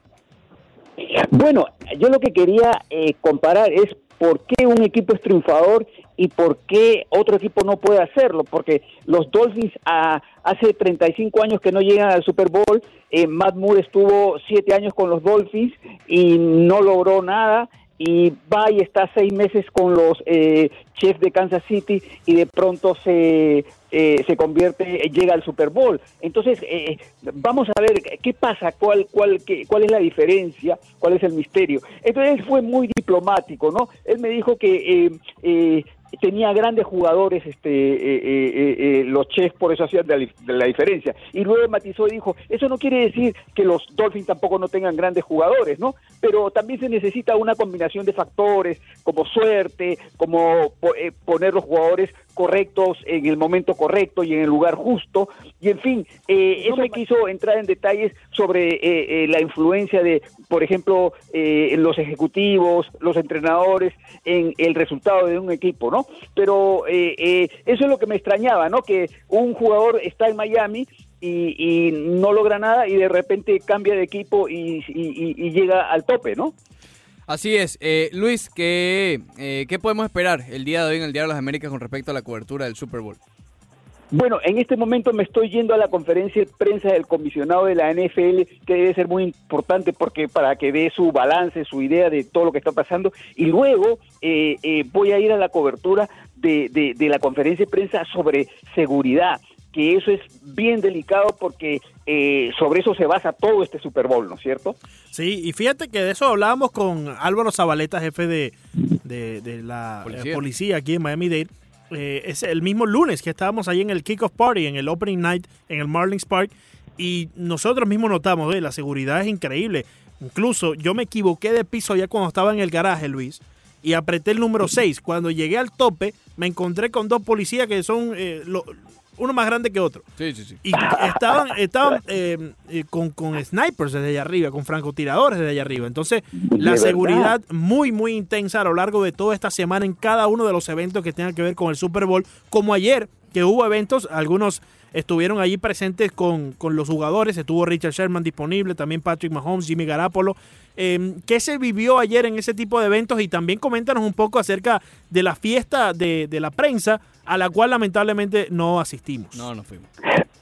Bueno, yo lo que quería eh, comparar es por qué un equipo es triunfador y por qué otro equipo no puede hacerlo, porque los Dolphins ah, hace 35 años que no llegan al Super Bowl, eh, Matt Moore estuvo 7 años con los Dolphins y no logró nada, y va y está seis meses con los eh, Chiefs de Kansas City y de pronto se eh, se convierte eh, llega al Super Bowl entonces eh, vamos a ver qué pasa cuál cuál qué- cuál es la diferencia cuál es el misterio entonces fue muy diplomático no él me dijo que eh, eh, tenía grandes jugadores este eh, eh, eh, eh, los Chiefs por eso hacían de la, de la diferencia y luego matizó y dijo eso no quiere decir que los Dolphins tampoco no tengan grandes jugadores no pero también se necesita una combinación de factores como suerte como po- eh, poner los jugadores correctos en el momento correcto y en el lugar justo y en fin eh, eso me quiso entrar en detalles sobre eh, eh, la influencia de por ejemplo eh, los ejecutivos los entrenadores en el resultado de un equipo, ¿no? Pero eh, eh, eso es lo que me extrañaba, ¿no? Que un jugador está en Miami y, y no logra nada y de repente cambia de equipo y, y- y- y llega al tope, ¿no? Así es. Eh, Luis, ¿qué, eh, ¿qué podemos esperar el día de hoy en el Diario de las Américas con respecto a la cobertura del Super Bowl? Bueno, en este momento me estoy yendo a la conferencia de prensa del comisionado de la NFL, que debe ser muy importante porque para que dé su balance, su idea de todo lo que está pasando, y luego eh, eh, voy a ir a la cobertura de, de- de la conferencia de prensa sobre seguridad, que eso es bien delicado porque eh, sobre eso se basa todo este Super Bowl, ¿no es cierto? Sí, y fíjate que de eso hablábamos con Álvaro Zabaleta, jefe de, de- de la eh, Policía. policía. aquí en Miami-Dade. Eh, es el mismo lunes que estábamos ahí en el kickoff party, en el opening night, en el Marlins Park, y nosotros mismos notamos, eh, la seguridad es increíble. Incluso yo me equivoqué de piso ya cuando estaba en el garaje, Luis, y apreté el número 6. Cuando llegué al tope, me encontré con dos policías que son eh, lo- uno más grande que otro. Sí, sí, sí. Y estaban, estaban eh, eh, con, con snipers desde allá arriba, con francotiradores desde allá arriba. Entonces, la verdad. seguridad muy, muy intensa a lo largo de toda esta semana en cada uno de los eventos que tengan que ver con el Super Bowl, como ayer, que hubo eventos, algunos estuvieron allí presentes con, con los jugadores, estuvo Richard Sherman disponible, también Patrick Mahomes, Jimmy Garapolo. Eh, ¿Qué se vivió ayer en ese tipo de eventos? Y también coméntanos un poco acerca de la fiesta de, de la prensa, a la cual lamentablemente no asistimos. No, no fuimos.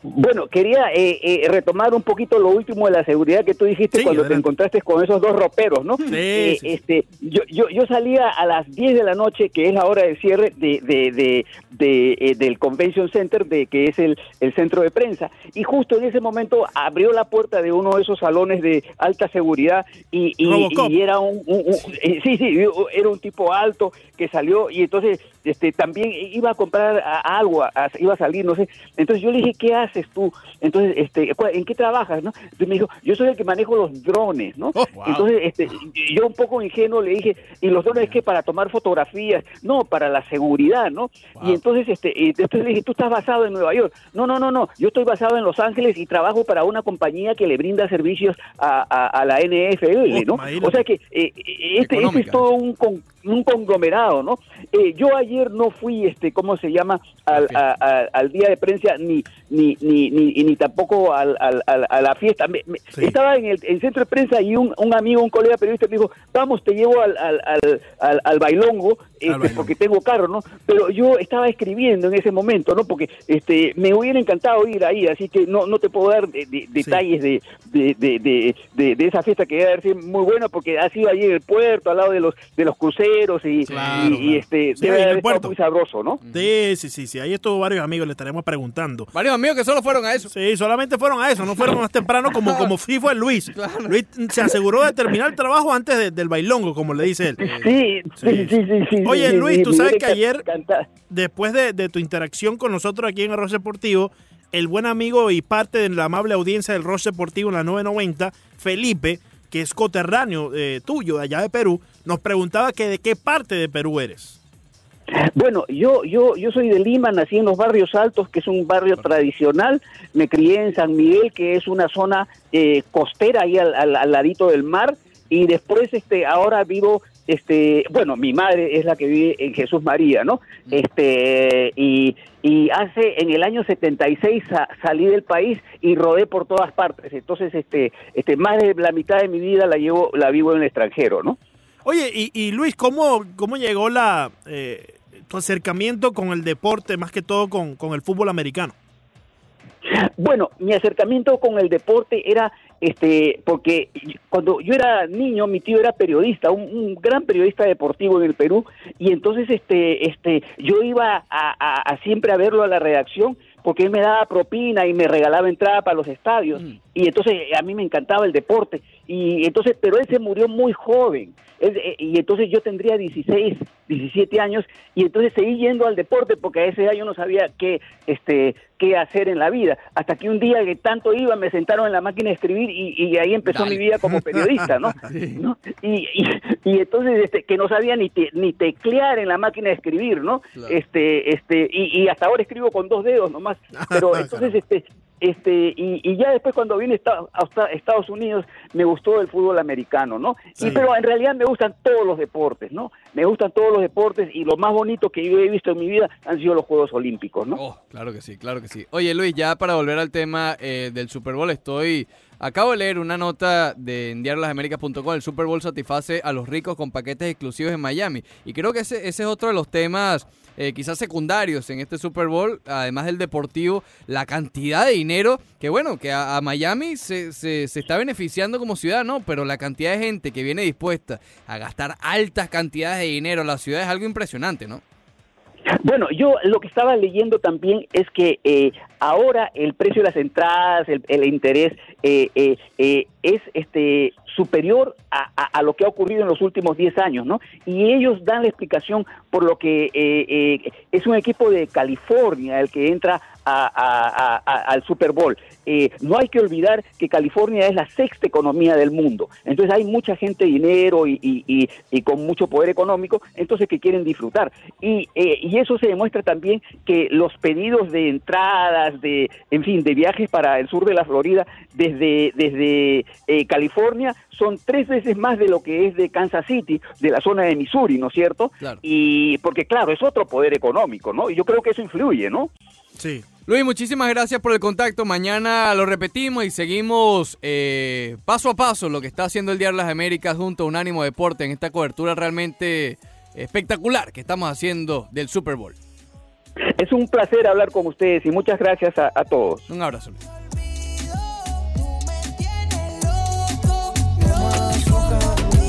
Bueno, quería eh, eh, retomar un poquito lo último de la seguridad que tú dijiste Sí, cuando adelante. te encontraste con esos dos roperos, ¿no? Eh, sí, sí. Este, yo, yo, yo salía a las 10 de la noche, que es la hora de cierre de, de, de, de, eh, del Convention Center, de que es el, el centro de prensa, y justo en ese momento abrió la puerta de uno de esos salones de alta seguridad y, y, Robocop. y era un, un- un- eh, sí, sí, era un tipo alto que salió y entonces este, también iba a comprar a- algo, a- iba a salir, no sé. Entonces yo le dije, ¿qué haces tú? Entonces, este, "¿Cuál- ¿en qué trabajas? ¿no? Entonces me dijo, yo soy el que manejo los drones, ¿no? Oh, wow. Entonces, este, yo un poco ingenuo le dije, ¿y los drones qué? Para tomar fotografías, no, para la seguridad, ¿no? Y entonces, este, y después le dije, tú estás basado en Nueva York. No, no, no, no, yo estoy basado en Los Ángeles y trabajo para una compañía que le brinda servicios a, a- a la NFL, Oh, ¿no? imagínate. O sea que eh, eh, este, este Económica. es todo un, con- un conglomerado, ¿no? Eh, yo ayer no fui, este, ¿cómo se llama? Al, a- a- al día de prensa ni ni ni ni, ni tampoco al, al- al- a la fiesta. Me- me- Sí. Estaba en el en centro de prensa y un, un amigo, un colega periodista me dijo, vamos, te llevo al, al, al, al- al bailongo, este, bailongo. porque tengo carro, ¿no? Pero yo estaba escribiendo en ese momento, ¿no? Porque este me hubiera encantado ir ahí, así que no no te puedo dar de- de- detalles de, de, de, de, de- de esa fiesta que debe haber sido muy buena porque ha sido ahí en el puerto, al lado de los de los cruceros y, Claro, y- y, claro. este Sí, debe en el haber estado puerto. muy sabroso, ¿no? Sí, sí, sí, sí. Ahí estuvo varios amigos, le estaremos preguntando. Varios amigos que solo fueron a eso. Sí, solamente fueron a eso, no fueron más temprano como, como sí fue Luis. Luis se aseguró de terminar el trabajo antes de- del bailongo, como le dice él. Sí, sí, sí, sí, sí, sí, Oye, sí, Luis, sí, tú me sabes hubiera que ayer- encantado. Después de, de tu interacción con nosotros aquí en el Ross Deportivo, el buen amigo y parte de la amable audiencia del Ross Deportivo en la 990, Felipe, que es coterráneo eh, tuyo de allá de Perú, nos preguntaba que de qué parte de Perú eres. Bueno, yo, yo, yo soy de Lima, nací en los barrios altos, que es un barrio tradicional, me crié en San Miguel, que es una zona eh, costera ahí al, al- al ladito del mar, y después este, ahora vivo, este, bueno, mi madre es la que vive en Jesús María, ¿no? Mm. Este, y, y hace, en el año 76 sa- salí del país y rodé por todas partes, entonces este, este, más de la mitad de mi vida la, llevo, la vivo en el extranjero, ¿no? Oye, y, y Luis, ¿cómo, cómo llegó la, eh, tu acercamiento con el deporte, más que todo con, con el fútbol americano? Bueno, mi acercamiento con el deporte era este porque cuando yo era niño mi tío era periodista, un, un gran periodista deportivo en el Perú y entonces este este yo iba a, a- a siempre a verlo a la redacción porque él me daba propina y me regalaba entrada para los estadios y entonces a mí me encantaba el deporte y entonces pero él se murió muy joven Él- eh, y entonces yo tendría 16 17 años y entonces seguí yendo al deporte porque a esa edad yo no sabía qué este qué hacer en la vida hasta que un día que tanto iba me sentaron en la máquina de escribir y, y ahí empezó Dale. mi vida como periodista *laughs* no, ¿No? Y, y- y entonces este, que no sabía ni te- ni teclear en la máquina de escribir no Claro. este este y, y hasta ahora escribo con dos *laughs* dedos nomás Ah, pero entonces este este y, y ya después cuando vine esta- hasta Estados Unidos me gustó el fútbol americano no Sí. y pero en realidad me gustan todos los deportes no me gustan todos los deportes y lo más bonito que yo he visto en mi vida han sido los Juegos Olímpicos no Oh, claro que sí, claro que sí. Oye, Luis, ya para volver al tema eh, del Super Bowl, estoy. Acabo de leer una nota de endiarlasaméricas.com. El Super Bowl satisface a los ricos con paquetes exclusivos en Miami. Y creo que ese, ese es otro de los temas, eh, quizás secundarios en este Super Bowl, además del deportivo, la cantidad de dinero que, bueno, que a, a Miami se, se- se está beneficiando como ciudad, ¿no? Pero la cantidad de gente que viene dispuesta a gastar altas cantidades de dinero en la ciudad es algo impresionante, ¿no? Bueno, yo lo que estaba leyendo también es que eh, ahora el precio de las entradas, el, el interés eh, eh, eh, es este superior a, a- a lo que ha ocurrido en los últimos 10 años, ¿no? Y ellos dan la explicación por lo que eh, eh, es un equipo de California el que entra a- a- a- a- al Super Bowl. Eh, no hay que olvidar que California es la sexta economía del mundo. Entonces hay mucha gente de dinero y, y- y- y con mucho poder económico, entonces que quieren disfrutar. Y, eh, y eso se demuestra también que los pedidos de entradas, de, en fin, de viajes para el sur de la Florida desde, desde eh, California son tres veces más de lo que es de Kansas City, de la zona de Missouri, ¿no es cierto? Claro. Y porque claro, es otro poder económico, ¿no? Y yo creo que eso influye, ¿no? Sí. Luis, muchísimas gracias por el contacto. Mañana lo repetimos y seguimos eh, paso a paso lo que está haciendo el Diario de las Américas junto a Unánimo Deporte en esta cobertura realmente espectacular que estamos haciendo del Super Bowl. Es un placer hablar con ustedes y muchas gracias a- a todos. Un abrazo, Luis.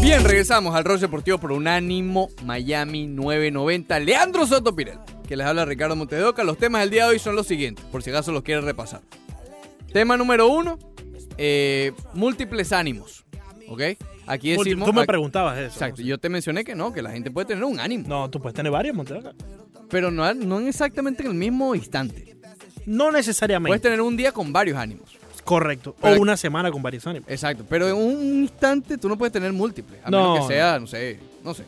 Bien, regresamos al Roche Deportivo por Unánimo Miami 990. Leandro Soto Pirel, que les habla Ricardo Montedoca. Los temas del día de hoy son los siguientes, por si acaso los quieren repasar. Tema número uno, eh, múltiples ánimos. ¿Ok? Aquí Tú decimos. tú me ac- preguntabas eso. Exacto, no sé. yo te mencioné que no, que la gente puede tener un ánimo. No, tú puedes tener varios, Monteoca. pero no, no exactamente en el mismo instante. No necesariamente. Puedes tener un día con varios ánimos. Correcto. O Pero- una semana con varios ánimos. Exacto, pero en un instante tú no puedes tener múltiples, a No, menos que sea, no sé, no sé.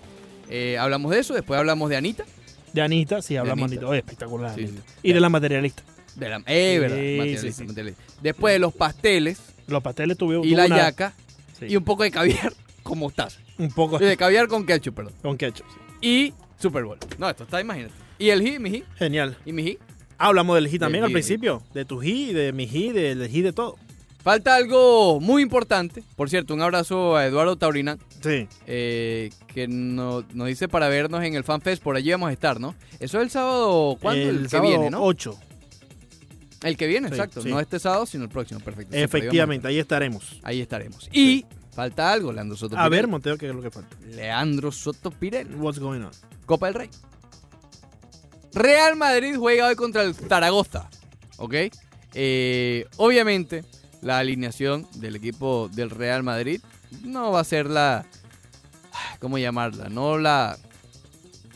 Eh, hablamos de eso, después hablamos de Anita. De Anita, sí, hablamos Anita. Anita. Oye, espectacular. Sí, Anita. sí. Y de la materialista. De la, eh, verdad, Sí, materialista, sí, sí. materialista. Después de los pasteles Los pasteles tuvieron y la una- yaca sí, y un poco de caviar *laughs* con mostaza. un poco De caviar con ketchup, perdón. con ketchup. sí. Y Super Bowl. No, esto está, imagínate. Y el G, mi G, Genial. y mi G. Hablamos del G también Del al G, principio. De tu G, de mi G, del G, de todo. Falta algo muy importante. Por cierto, un abrazo a Eduardo Taurinán, Sí. eh, que no- nos dice para vernos en el FanFest. Por allí vamos a estar, ¿no? Eso es el sábado, ¿cuándo? El, que sábado viene, ¿no? 8. El que viene, Sí, exacto. sí. No este sábado, sino el próximo. Perfecto. Siempre Efectivamente, ahí estaremos. digamos, Ahí estaremos. Y falta algo, Leandro Soto A ver, Pirelli. Monteo, ¿qué es lo que falta? Leandro Soto Pirelli. What's going on? Copa del Rey. Real Madrid juega hoy contra el Zaragoza. ¿Ok? Eh, obviamente, la alineación del equipo del Real Madrid no va a ser la. ¿Cómo llamarla? No la.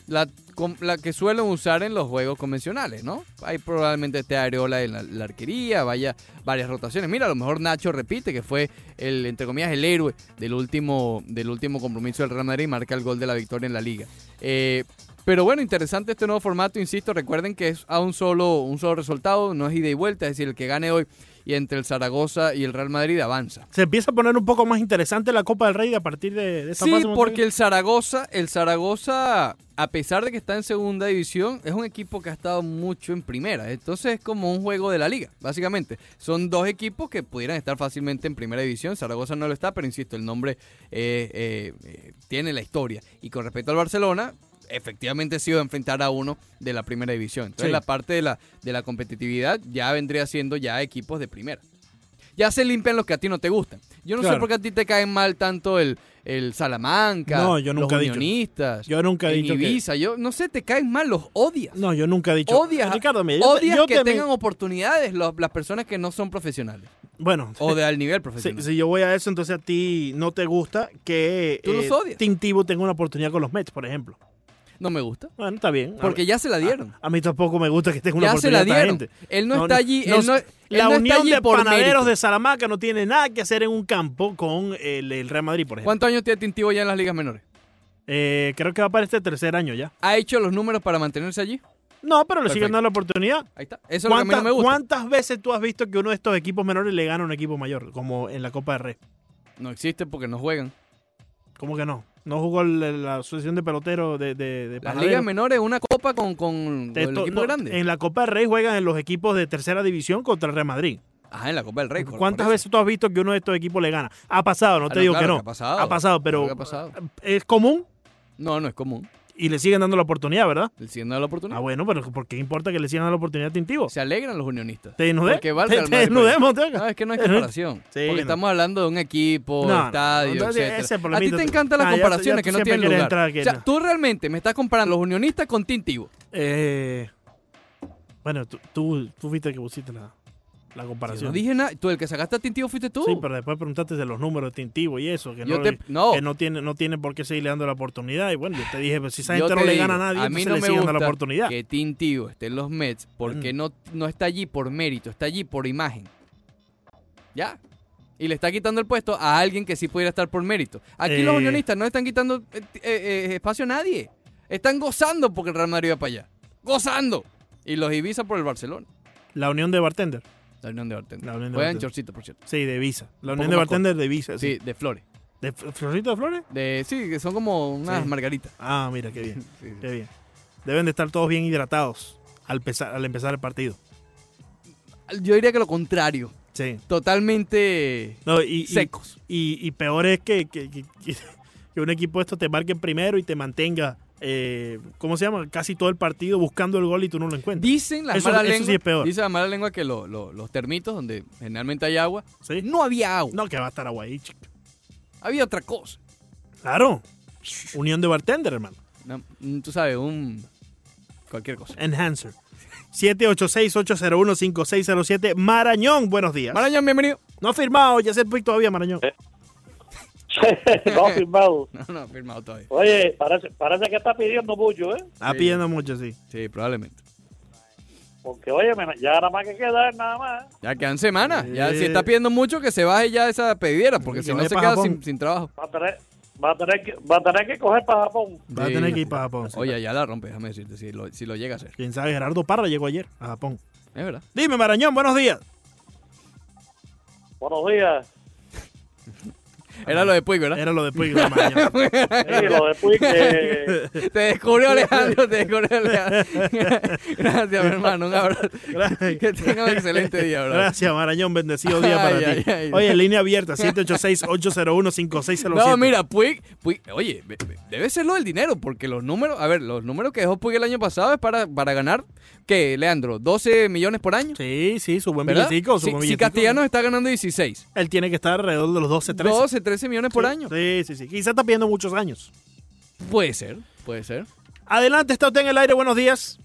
La, com- la que suelen usar en los juegos convencionales, ¿no? Hay probablemente este Areola en la, la arquería, vaya varias rotaciones. Mira, a lo mejor Nacho repite que fue el, entre comillas, el héroe del último, del último compromiso del Real Madrid y marca el gol de la victoria en la liga. Eh, pero bueno, interesante este nuevo formato, insisto, recuerden que es a un solo, un solo resultado, no es ida y vuelta, es decir, el que gane hoy y entre el Zaragoza y el Real Madrid avanza. Se empieza a poner un poco más interesante la Copa del Rey a partir de, de esta Sí, fase, Monteo. porque el Zaragoza, el Zaragoza, a pesar de que está en segunda división, es un equipo que ha estado mucho en primera. Entonces es como un juego de la liga, básicamente. Son dos equipos que pudieran estar fácilmente en primera división. Zaragoza no lo está, pero insisto, el nombre eh, eh, eh, tiene la historia. Y con respecto al Barcelona, efectivamente se iba a enfrentar a uno de la primera división. Entonces Sí. la parte de la, de la competitividad ya vendría siendo ya equipos de primera. Ya se limpian los que a ti no te gustan. Yo no sé Claro. por qué a ti te caen mal tanto el, el Salamanca, No, yo nunca he los dicho. unionistas, Yo nunca he el dicho que- Ibiza. Yo no sé, te caen mal, los odias. No, yo nunca he dicho. odias Ricardo, mira, yo te- odias yo que te- tengan oportunidades los- las personas que no son profesionales Bueno, o de al nivel *laughs* si, profesional. si yo voy a eso, entonces a ti no te gusta que eh, Tú los odias. Tim Tebow tenga una oportunidad con los Mets, por ejemplo. No me gusta. Bueno, está bien. A Porque ver, Ah. ya se la dieron. A, a mí tampoco me gusta que tenga una ya se la oportunidad esta dieron. gente. Él no, No, está no, allí. no, él no- él La no está unión allí de por panaderos mérito. de Salamanca no tiene nada que hacer en un campo con el, el Real Madrid, por ejemplo. ¿Cuántos años tiene Tintivo ya en las ligas menores? Eh, creo que va para este tercer año ya. ¿Ha hecho los números para mantenerse allí? No, pero le siguen Perfecto. dando la oportunidad. Ahí está. Eso es lo que a mí no me ¿Cuántas- gusta. ¿Cuántas veces tú has visto que uno de estos equipos menores le gana a un equipo mayor? Como en la Copa de Rey. No existe porque no juegan. ¿Cómo que no? No jugó el- la asociación de peloteros de, de, de Las panaderos. ligas menores, una copa con, con De el esto- equipo no, grande. En la Copa del Rey juegan en los equipos de tercera división contra el Real Madrid. Ajá, en la Copa del Rey. por- ¿Cuántas por eso. veces tú has visto que uno de estos equipos le gana? Ha pasado, no Ah, te no, digo claro que no. que ha pasado. pasado, pero Claro que ha pasado. es común No, no es común. y le siguen dando la oportunidad, ¿verdad? El siguen dando la Ah, oportunidad. bueno, pero ¿por qué importa que le sigan dando la oportunidad a Tintivo? Se alegran los unionistas. ¿Te desnudé? Porque va al ¿Te, Real te Madrid, desnudé, pues. Monteca? No, es que no hay Te desnudé. comparación. *laughs* Sí, porque no. estamos hablando de un equipo, No, no, estadio, entonces etcétera. ese A ti problemita te tú- encantan las Ah, ya- ya comparaciones tú que no siempre tienen quieres lugar. entrar que O sea, no. tú realmente me estás comparando los unionistas con Tintivo. Eh, bueno, tú, tú, tú viste que pusiste la, la Yo comparación. no dije nada. Tú, el que sacaste a Tintivo fuiste tú. Sí, pero después preguntaste de los números de Tintivo y eso, que, Yo no, te- no. que no tiene no tiene por qué seguirle dando la oportunidad. Y bueno, yo te dije, pues, si esa Yo gente no te le digo, gana a nadie, a mí entonces no le me siguen dando la gusta oportunidad. Que Tintivo esté en los Mets porque Mm. no, no está allí por mérito, está allí por imagen. ¿Ya? Y le está quitando el puesto a alguien que sí pudiera estar por mérito. Aquí los Eh. unionistas no están quitando eh, eh, eh, espacio a nadie. Están gozando porque el Real Madrid va para allá. ¡Gozando! Y los Ibiza por el Barcelona. La unión de bartender. La unión de Bartender. La Unión de Juegan Bartender. chorcito, por cierto. Sí, de Visa. La poco unión de más bartender de Visa. Sí, Sí. de flores. ¿De F- Florcito de Flores? De, sí, que son como unas Sí. margaritas. Ah, mira, qué bien. Sí, sí. Qué bien. Deben de estar todos bien hidratados al, pesa- al empezar el partido. Yo diría que lo contrario. Sí. Totalmente No, y, y- secos. Y, y peor es que, que- que- que- que un equipo de estos te marque primero y te mantenga, eh, ¿cómo se llama? Casi todo el partido buscando el gol y tú no lo encuentras. Dicen las Eso- malas eso sí lenguas. es peor. Dice la mala lengua que lo- lo- los termitos, donde generalmente hay agua, ¿Sí? no había agua. No, que va a estar agua ahí, chico. Había otra cosa. Claro. Unión de bartender, hermano. No, mm, tú sabes, un. cualquier cosa. Enhancer. 786-801-5607. Marañón, buenos días. Marañón, bienvenido. No ha firmado, ya se fue todavía, Marañón. *laughs* no firmado. *laughs* No, no, firmado todavía. Oye, parece, parece que está pidiendo mucho, ¿eh? Está Sí. pidiendo mucho, sí. Sí, probablemente. Porque, oye, me- ya nada más que quedar, nada más. Ya quedan semanas. Ya si Eh. está pidiendo mucho que se baje ya esa pediera, Y porque si que no vaya se pa' queda Japón. sin, sin trabajo. Va a tener, va a tener, que, va a tener que coger para Japón. Va Sí. a tener que ir para Japón. sí. Oye, ya la rompe, déjame decirte, si lo, si lo llega a hacer. Quién sabe, Gerardo Parra llegó ayer a Japón. Es verdad. Dime, Marañón, buenos días. Buenos días. Era lo de Puig, ¿verdad? Era lo de Puig, de Marañón. Sí, lo de *laughs* Puig, eh, Te descubrió Alejandro, te descubrió Alejandro. Gracias, mi hermano. Un abrazo. Gracias. Que tenga un excelente día, bro. Gracias, Marañón. Bendecido día *laughs* para Ay, ti. ay, ay. Oye, línea abierta, 786-801-5607. No, mira, Puig, Puig- oye, be- be- debe ser lo del dinero, porque los números, a ver, los números que dejó Puig el año pasado es para, para ganar, ¿qué, Leandro? ¿12 millones por año? Sí, sí, su buen ¿Verdad? billetico. Su Si- buen si, billetico. Castellanos está ganando 16, Él tiene que estar alrededor de los 12, 13. 12, 13 millones por Sí, año. Sí, sí, sí. Quizá está pidiendo muchos años. Puede ser, puede ser. Adelante, está usted en el aire. Buenos días.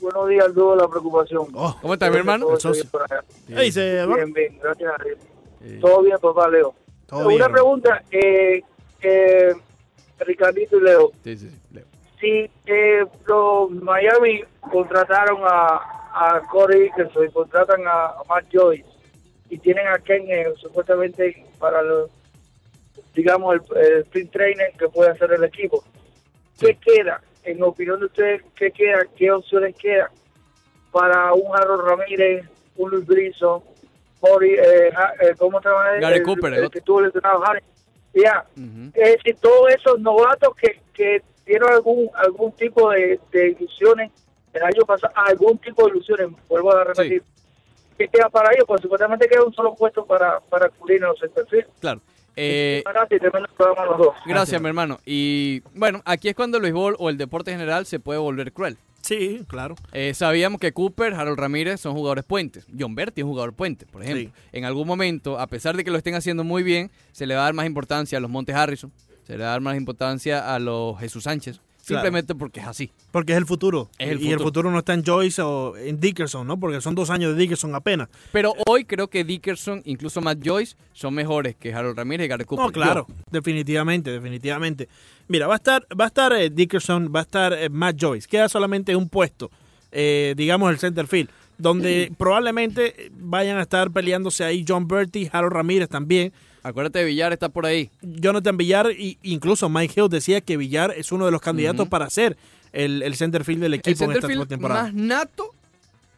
Buenos días, Aldo, la preocupación. Oh, ¿Cómo está, mi hermano? Todo el socio. bien por acá. Ey, se va. Bien, bien, gracias a Dios. Eh, Todo bien, papá, Leo. Todo Una bien. pregunta, eh, eh, Ricardito y Leo. sí, sí, sí, Leo. Si eh, los Miami contrataron a, a Corey Dickerson y contratan a, a Mark Joyce y tienen a Ken eh, supuestamente para los, digamos, el, el sprint trainer que puede hacer el equipo. ¿Qué queda? En opinión de ustedes, ¿qué queda? ¿Qué opciones quedan para un Harold Ramírez, un Luis Brizo, Mori, eh, ja- eh, ¿cómo se llama? él? Gary El- Cooper, el, el que estuvo lesionado, Harry. Ya, Ujú. es decir, todos esos novatos que, que dieron algún algún tipo de, de ilusiones el año pasado, algún tipo de ilusiones, vuelvo a repetir. que queda para ellos? Pues supuestamente queda un solo puesto para, para cubrir en los perfil. Claro. Eh, y tremendo programa los dos. Gracias, mi hermano. Y bueno, aquí es cuando el béisbol o el deporte en general se puede volver cruel. Sí, claro. Eh, sabíamos que Cooper, Harold Ramírez son jugadores puentes. John Berti es un jugador puente, por ejemplo. En algún momento, a pesar de que lo estén haciendo muy bien, se le va a dar más importancia a los Montes Harrison, se le va a dar más importancia a los Jesús Sánchez, simplemente porque es así. Porque es el futuro. Es el y el futuro. futuro no está en Joyce o en Dickerson, ¿no? Porque son dos años de Dickerson apenas. Pero hoy creo que Dickerson, incluso Matt Joyce, son mejores que Harold Ramírez y Gary Cooper. No, claro, Yo, definitivamente, definitivamente. Mira, va a estar, va a estar eh, Dickerson, va a estar eh, Matt Joyce. Queda solamente un puesto, eh, digamos el center field, donde probablemente eh, vayan a estar peleándose ahí John Bertie, Harold Ramírez también, acuérdate, Villar está por ahí. Jonathan Villar y incluso Mike Hill decía que Villar es uno de los candidatos para ser el, el center field del El equipo en esta centerfield temporada. más nato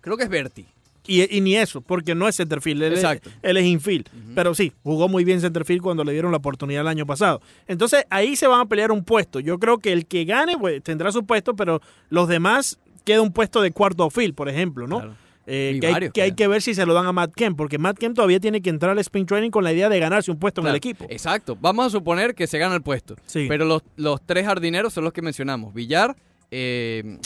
creo que es Berti. Y, y ni eso, porque no es centerfield, él, es- Exacto. él es infield. Pero sí, jugó muy bien centerfield cuando le dieron la oportunidad el año pasado. Entonces ahí se van a pelear un puesto. Yo creo que el que gane pues, tendrá su puesto, pero los demás queda un puesto de cuarto field, por ejemplo, ¿no? Claro. Eh, Y que, hay, varios que hay quedan. que ver si se lo dan a Matt Kemp, porque Matt Kemp todavía tiene que entrar al spin training con la idea de ganarse un puesto en el Claro, Eh, equipo. Exacto. Vamos a suponer que se gana el puesto. Sí. Pero los, los tres jardineros son los que mencionamos: Villar, eh,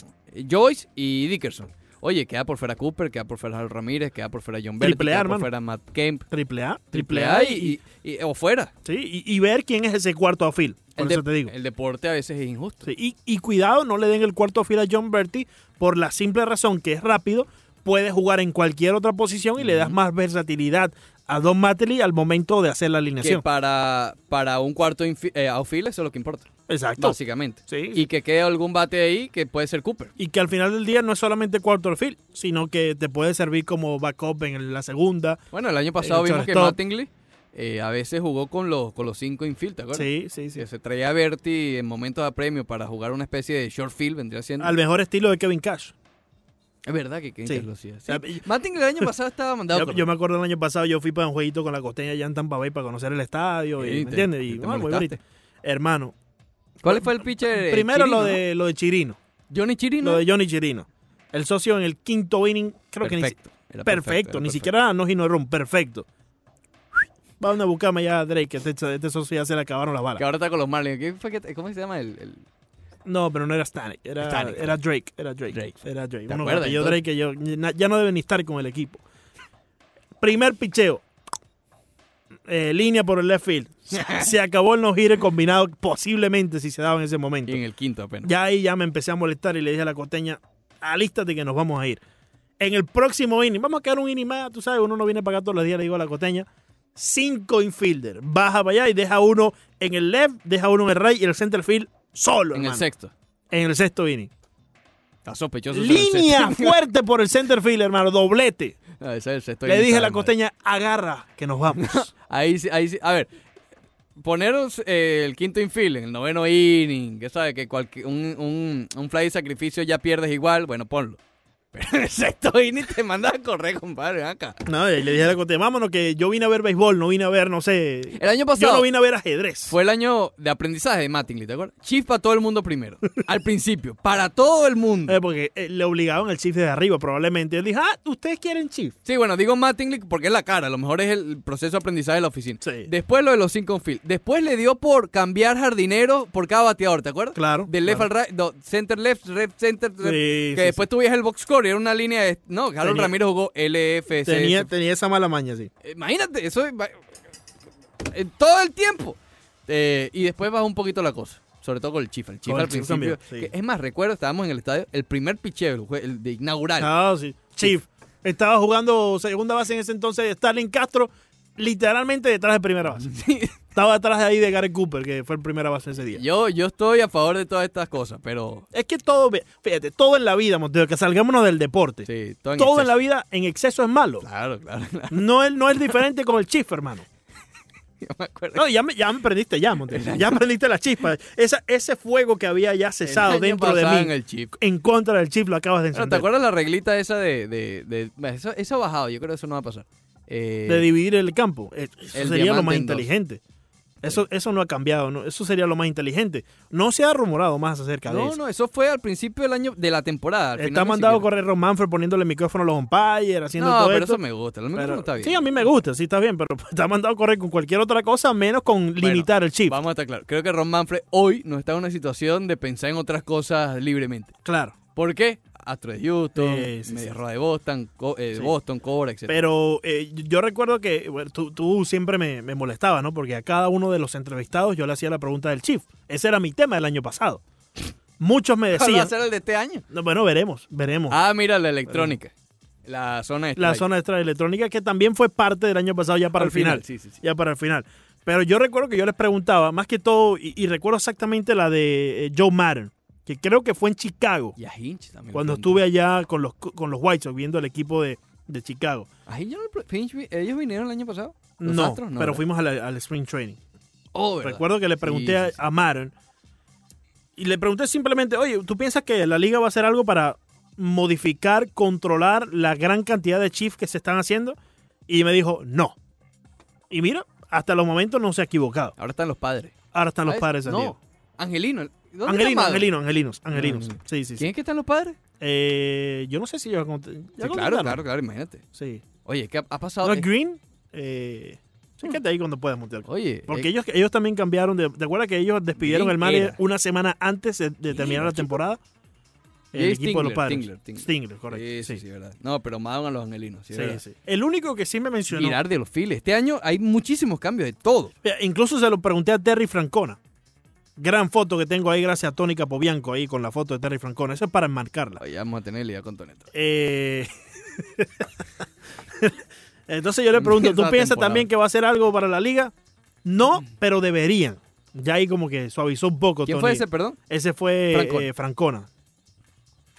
Joyce y Dickerson. Oye, queda por fuera Cooper, queda por fuera Harold Ramírez, queda por fuera John Berti, Triple A, queda por hermano. fuera Matt Kemp. Triple A, Triple A y, y- o fuera. sí, y- y ver quién es ese cuarto field. Por El, eso de- te digo. el deporte a veces es injusto. Sí, y, y cuidado, no le den el cuarto fila a John Berti por la simple razón que es rápido, puede jugar en cualquier otra posición y le das más versatilidad a Don Matley al momento de hacer la Que alineación. para, para un cuarto infi- eh, outfield eso es lo que importa, Exacto. básicamente. Sí, Y que quede algún bate ahí que puede ser Cooper. Y que al final del día no es solamente cuarto field, sino que te puede servir como backup en la segunda. Bueno, el año pasado vimos que shortstop. Mattingly eh, a veces jugó con los, con los cinco infield, ¿te acuerdas? Sí, sí, sí. Que se traía a Berti en momentos de premio para jugar una especie de short field, vendría siendo. Al mejor estilo de Kevin Cash. Es verdad que Kane Sí. lo hacía. Ya, Sí. Mattingly el año pasado estaba mandado. *laughs* Yo, con- yo me acuerdo el año pasado, yo fui para un jueguito con la costeña allá en Tampa Bay para conocer el estadio. Sí, y, te- ¿Me entiendes? Y te bueno, muy molestaste. bonito. Hermano, ¿Cuál fue el pitcher? eh, primero Chirino, lo, de, lo de Chirino. ¿no? Johnny Chirino. Lo de Johnny Chirino. El socio en el quinto inning, creo que ni, si- perfecto, era perfecto, era ni siquiera no hino rum, perfecto. Va a buscarme ya a Drake, que este, este socio ya se le acabaron las balas. Que ahora está con los Marlins. ¿Qué fue que- ¿Cómo se llama el, el- No, pero no era Stanek, era, Stanek. era Drake, era Drake, Drake. era Drake. ¿Te Uno acuerdas, apellido entonces? Drake que yo na- ya no debe ni estar con el equipo. Primer picheo. Eh, línea por el left field. *laughs* Se acabó el no gire combinado posiblemente si se daba en ese momento. Y en el quinto apenas. Ya ahí ya me empecé a molestar y le dije a la costeña, alístate que nos vamos a ir. En el próximo inning, vamos a quedar un inning más, tú sabes, uno no viene para acá todos los días, le digo a la costeña, cinco infielder. Baja para allá y deja uno en el left, deja uno en el right y el center field solo. En el hermano. sexto. En el sexto inning. Está sospechoso. ese del *laughs* Línea sexto. fuerte por el center field, hermano. Doblete. *laughs* Ah, ese del sexto Le inning dije a está la mal. costeña, agarra, que nos vamos. Ahí sí, ahí sí. A ver, poneros eh, el quinto infield, en el noveno inning, que sabe que cualquier, un, un, un fly de sacrificio ya pierdes igual, bueno, ponlo. *laughs* Pero en el sexto inning te mandas a correr, compadre, ven acá. *laughs* no, y le dije a la costeña, vámonos, que yo vine a ver béisbol, no vine a ver, no sé. El año Yo pasado no vine a ver ajedrez. fue el año de aprendizaje de Mattingly, ¿te acuerdas? Chief para todo el mundo primero, al principio, para todo el mundo. *laughs* Eh, porque eh, le obligaban al chief de arriba, probablemente. Él dijo, ah, ustedes quieren chief. Sí, bueno, digo Mattingly porque es la cara, a lo mejor es el proceso de aprendizaje de la oficina. Sí. Después lo de los cinco field. Después le dio por cambiar jardinero por cada bateador, ¿te acuerdas? Claro, Del left claro. al right, no, center left, left center, left, Sí, que sí, después tú veías el box score y era una línea de... No, Harold Tenía- Ramírez jugó LFC. Tenía, tenía esa mala maña, sí. Imagínate, eso es... va- eh, todo el tiempo. Eh, y después bajó un poquito la cosa. Sobre todo con el Chifa. El Chifa Con el al Chief principio. también, sí. que- es más, recuerdo, estábamos en el estadio, el primer picheo, el, jue- el de inaugural. Ah, sí. Chief. Estaba jugando segunda base en ese entonces Starling Castro, literalmente detrás de primera *laughs* base. Estaba detrás de ahí de Gary Cooper, que fue el primera base ese día. Yo, yo estoy a favor de todas estas cosas, pero... Es que todo, ve- fíjate, todo en la vida, Monteo, que salgámonos del deporte. Sí, todo en todo en la exceso. vida en exceso es malo. Claro, claro, *laughs* claro. No es, no es diferente con el chief, hermano. Yo me acuerdo No, ya me, ya me prendiste ya, Monteo. Ya me prendiste la chispa. Esa, ese fuego que había ya El cesado año dentro de pasado mí. en el Chief. en contra del chip lo acabas de Bueno, ¿Te encender. acuerdas la reglita esa de... de, de- bueno, eso, eso ha bajado, yo creo que eso no va a pasar. Eh, de dividir el campo. Eh, Eso El sería lo diamante más en dos. inteligente. Eso, eso no ha cambiado, ¿no? eso sería lo más inteligente. No se ha rumorado más acerca de no, eso. no, eso fue al principio del año, de la temporada. al final Está ni mandado a siquiera. correr Ron Manfred poniéndole el micrófono a los umpires, haciendo No, todo pero esto. eso me gusta, lo Pero- mismo está bien. Sí, a mí me gusta, sí está bien, pero *laughs* está mandado a correr con cualquier otra cosa menos con limitar el chip. Vamos a estar claro. Creo que Ron Manfred hoy no está en una situación de pensar en otras cosas libremente. Claro. ¿Por qué? Astro de Houston, Sí, sí, Medias sí. Rojas de Boston, Co- eh, Sí. Boston, Cobra, etc. Pero eh, yo recuerdo que bueno, tú, tú siempre me, me molestabas, ¿no? Porque a cada uno de los entrevistados yo le hacía la pregunta del chief. Ese era mi tema del año pasado. *laughs* Muchos me ¿Cuál va a decían. ser el de este año? No, bueno, veremos, veremos. Ah, mira, la electrónica. La zona de la strike. zona extra electrónica que también fue parte del año pasado ya para Al el final. final, sí, sí, sí. Ya para el final. Pero yo recuerdo que yo les preguntaba, más que todo, y, y recuerdo exactamente la de eh, Joe Madden, que creo que fue en Chicago, Y a Hinch también. cuando le pregunté. estuve allá con los, con los White Sox viendo el equipo de, de Chicago. A Hinch yo no le pre- Hinch vi- ¿Ellos vinieron el año pasado? ¿Los No, Astros? pero ¿verdad? fuimos a la- al Spring Training. Oh, ¿verdad? Recuerdo que le Sí, pregunté sí, a, sí. a Madden, y le pregunté simplemente, oye, ¿tú piensas que la liga va a hacer algo para modificar, controlar la gran cantidad de chips que se están haciendo? Y me dijo, no. Y mira, hasta los momentos no se ha equivocado. Ahora están los padres. Ahora están los ¿Sabes? padres de No. Angelino. ¿Dónde está Angelino, Madden? Angelino, angelinos, angelinos. Angelino. Sí, sí, ¿Quién sí. es que están los padres? Eh, yo no sé si yo conté. ya Sí, conté, claro, ¿no? claro, claro, imagínate. Sí. Oye, ¿qué ha, ha pasado? No, Eh, Green, eh, fíjate ahí cuando puedas montar. Oye, Porque eh, ellos, ellos también cambiaron. De, ¿Te acuerdas que ellos despidieron Green el manager era. una semana antes de, de terminar Era, la chico. temporada? Jay El equipo de los Stingler, padres. Stingler, Stingler. correcto. sí, sí, sí, sí, verdad. No, pero amaban a los angelinos. Sí, Sí, verdad. sí. El único que sí me mencionó, Mirar de los files. Este año hay muchísimos cambios de todo. Mira, incluso se lo pregunté a Terry Francona. Gran foto que tengo ahí, gracias a Tony Capobianco ahí con la foto de Terry Francona. Eso es para enmarcarla. Oye, vamos a tener lidiar con Toneto. Eh, *laughs* Entonces yo *laughs* le pregunto, ¿tú Empieza la piensas temporada. Mm. también que va a hacer algo para la liga? No, pero deberían. Ya ahí como que suavizó un poco. ¿Quién Tony. fue ese, perdón? Ese fue Francona. eh, Francona.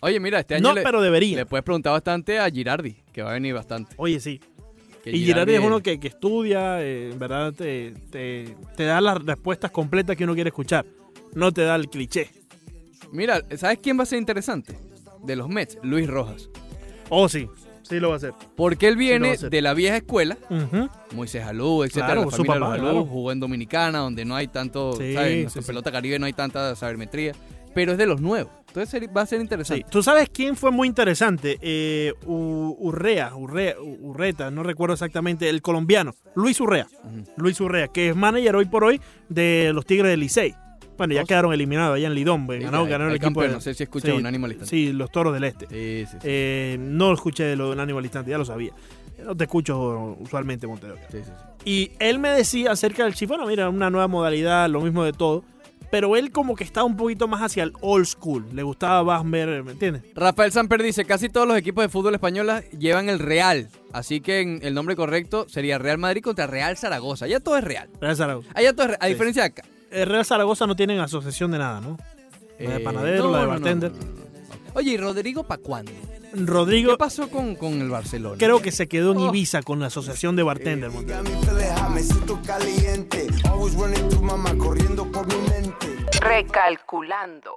Oye, mira, este año No, le, pero debería. le puedes preguntar bastante a Girardi, que va a venir bastante. Oye, sí. Que Y Girardi es uno que, que estudia, eh, en verdad te, te- te da las respuestas completas que uno quiere escuchar. No te da el cliché. Mira, ¿sabes quién va a ser interesante? De los Mets, Luis Rojas. Oh, sí. Sí lo va a hacer. Porque él lo va a viene hacer. de la vieja escuela, Ujú. Moisés Alú, etcétera, Claro, la su familia de papá, los Alú, claro. jugó en Dominicana, donde no hay tanto, Sí, ¿sabes? En sí, nuestra sí. pelota caribe no hay tanta sabermetría, pero es de los nuevos. Entonces seri- va a ser Sí. interesante. ¿Tú sabes quién fue muy interesante? Eh, U- Urrea, Urrea, U- Urreta, no recuerdo exactamente, el colombiano, Luis Urrea. Ujú. Luis Urrea, que es manager hoy por hoy de los Tigres del Licey. Bueno, ya Oh, sí. quedaron eliminados allá en Lidón, Sí, ganaron, ya, ganaron el el equipo campeón, de- no sé si escuché un animalista. Sí, los Toros del Este. Sí, sí, sí. Eh, no escuché lo de un animalistante, ya lo sabía. No te escucho usualmente, Montero. sí, sí, sí. Y él me decía acerca del chip, bueno, mira, una nueva modalidad, lo mismo de todo. pero él como que está un poquito más hacia el old school. Le gustaba Bamber, ¿me entiendes? Rafael Samper dice, casi todos los equipos de fútbol española llevan el Real, así que en- el nombre correcto sería Real Madrid contra Real Zaragoza. Allá todo es Real. Real Zaragoza. Allá todo es Real. A Sí. diferencia de acá. Eh, Real Zaragoza no tienen asociación de nada, ¿no? La de Eh, panadero, no, la de no, no, bartender. no, no, no. Oye, ¿y Rodrigo para cuándo? ¿Qué Rodrigo pasó con, con el Barcelona? creo que se quedó en Oh. Ibiza con la asociación de bartender. Monte. Got me feeling hot, me siento caliente. Always running through my mind, corriendo por mi mente. Recalculando.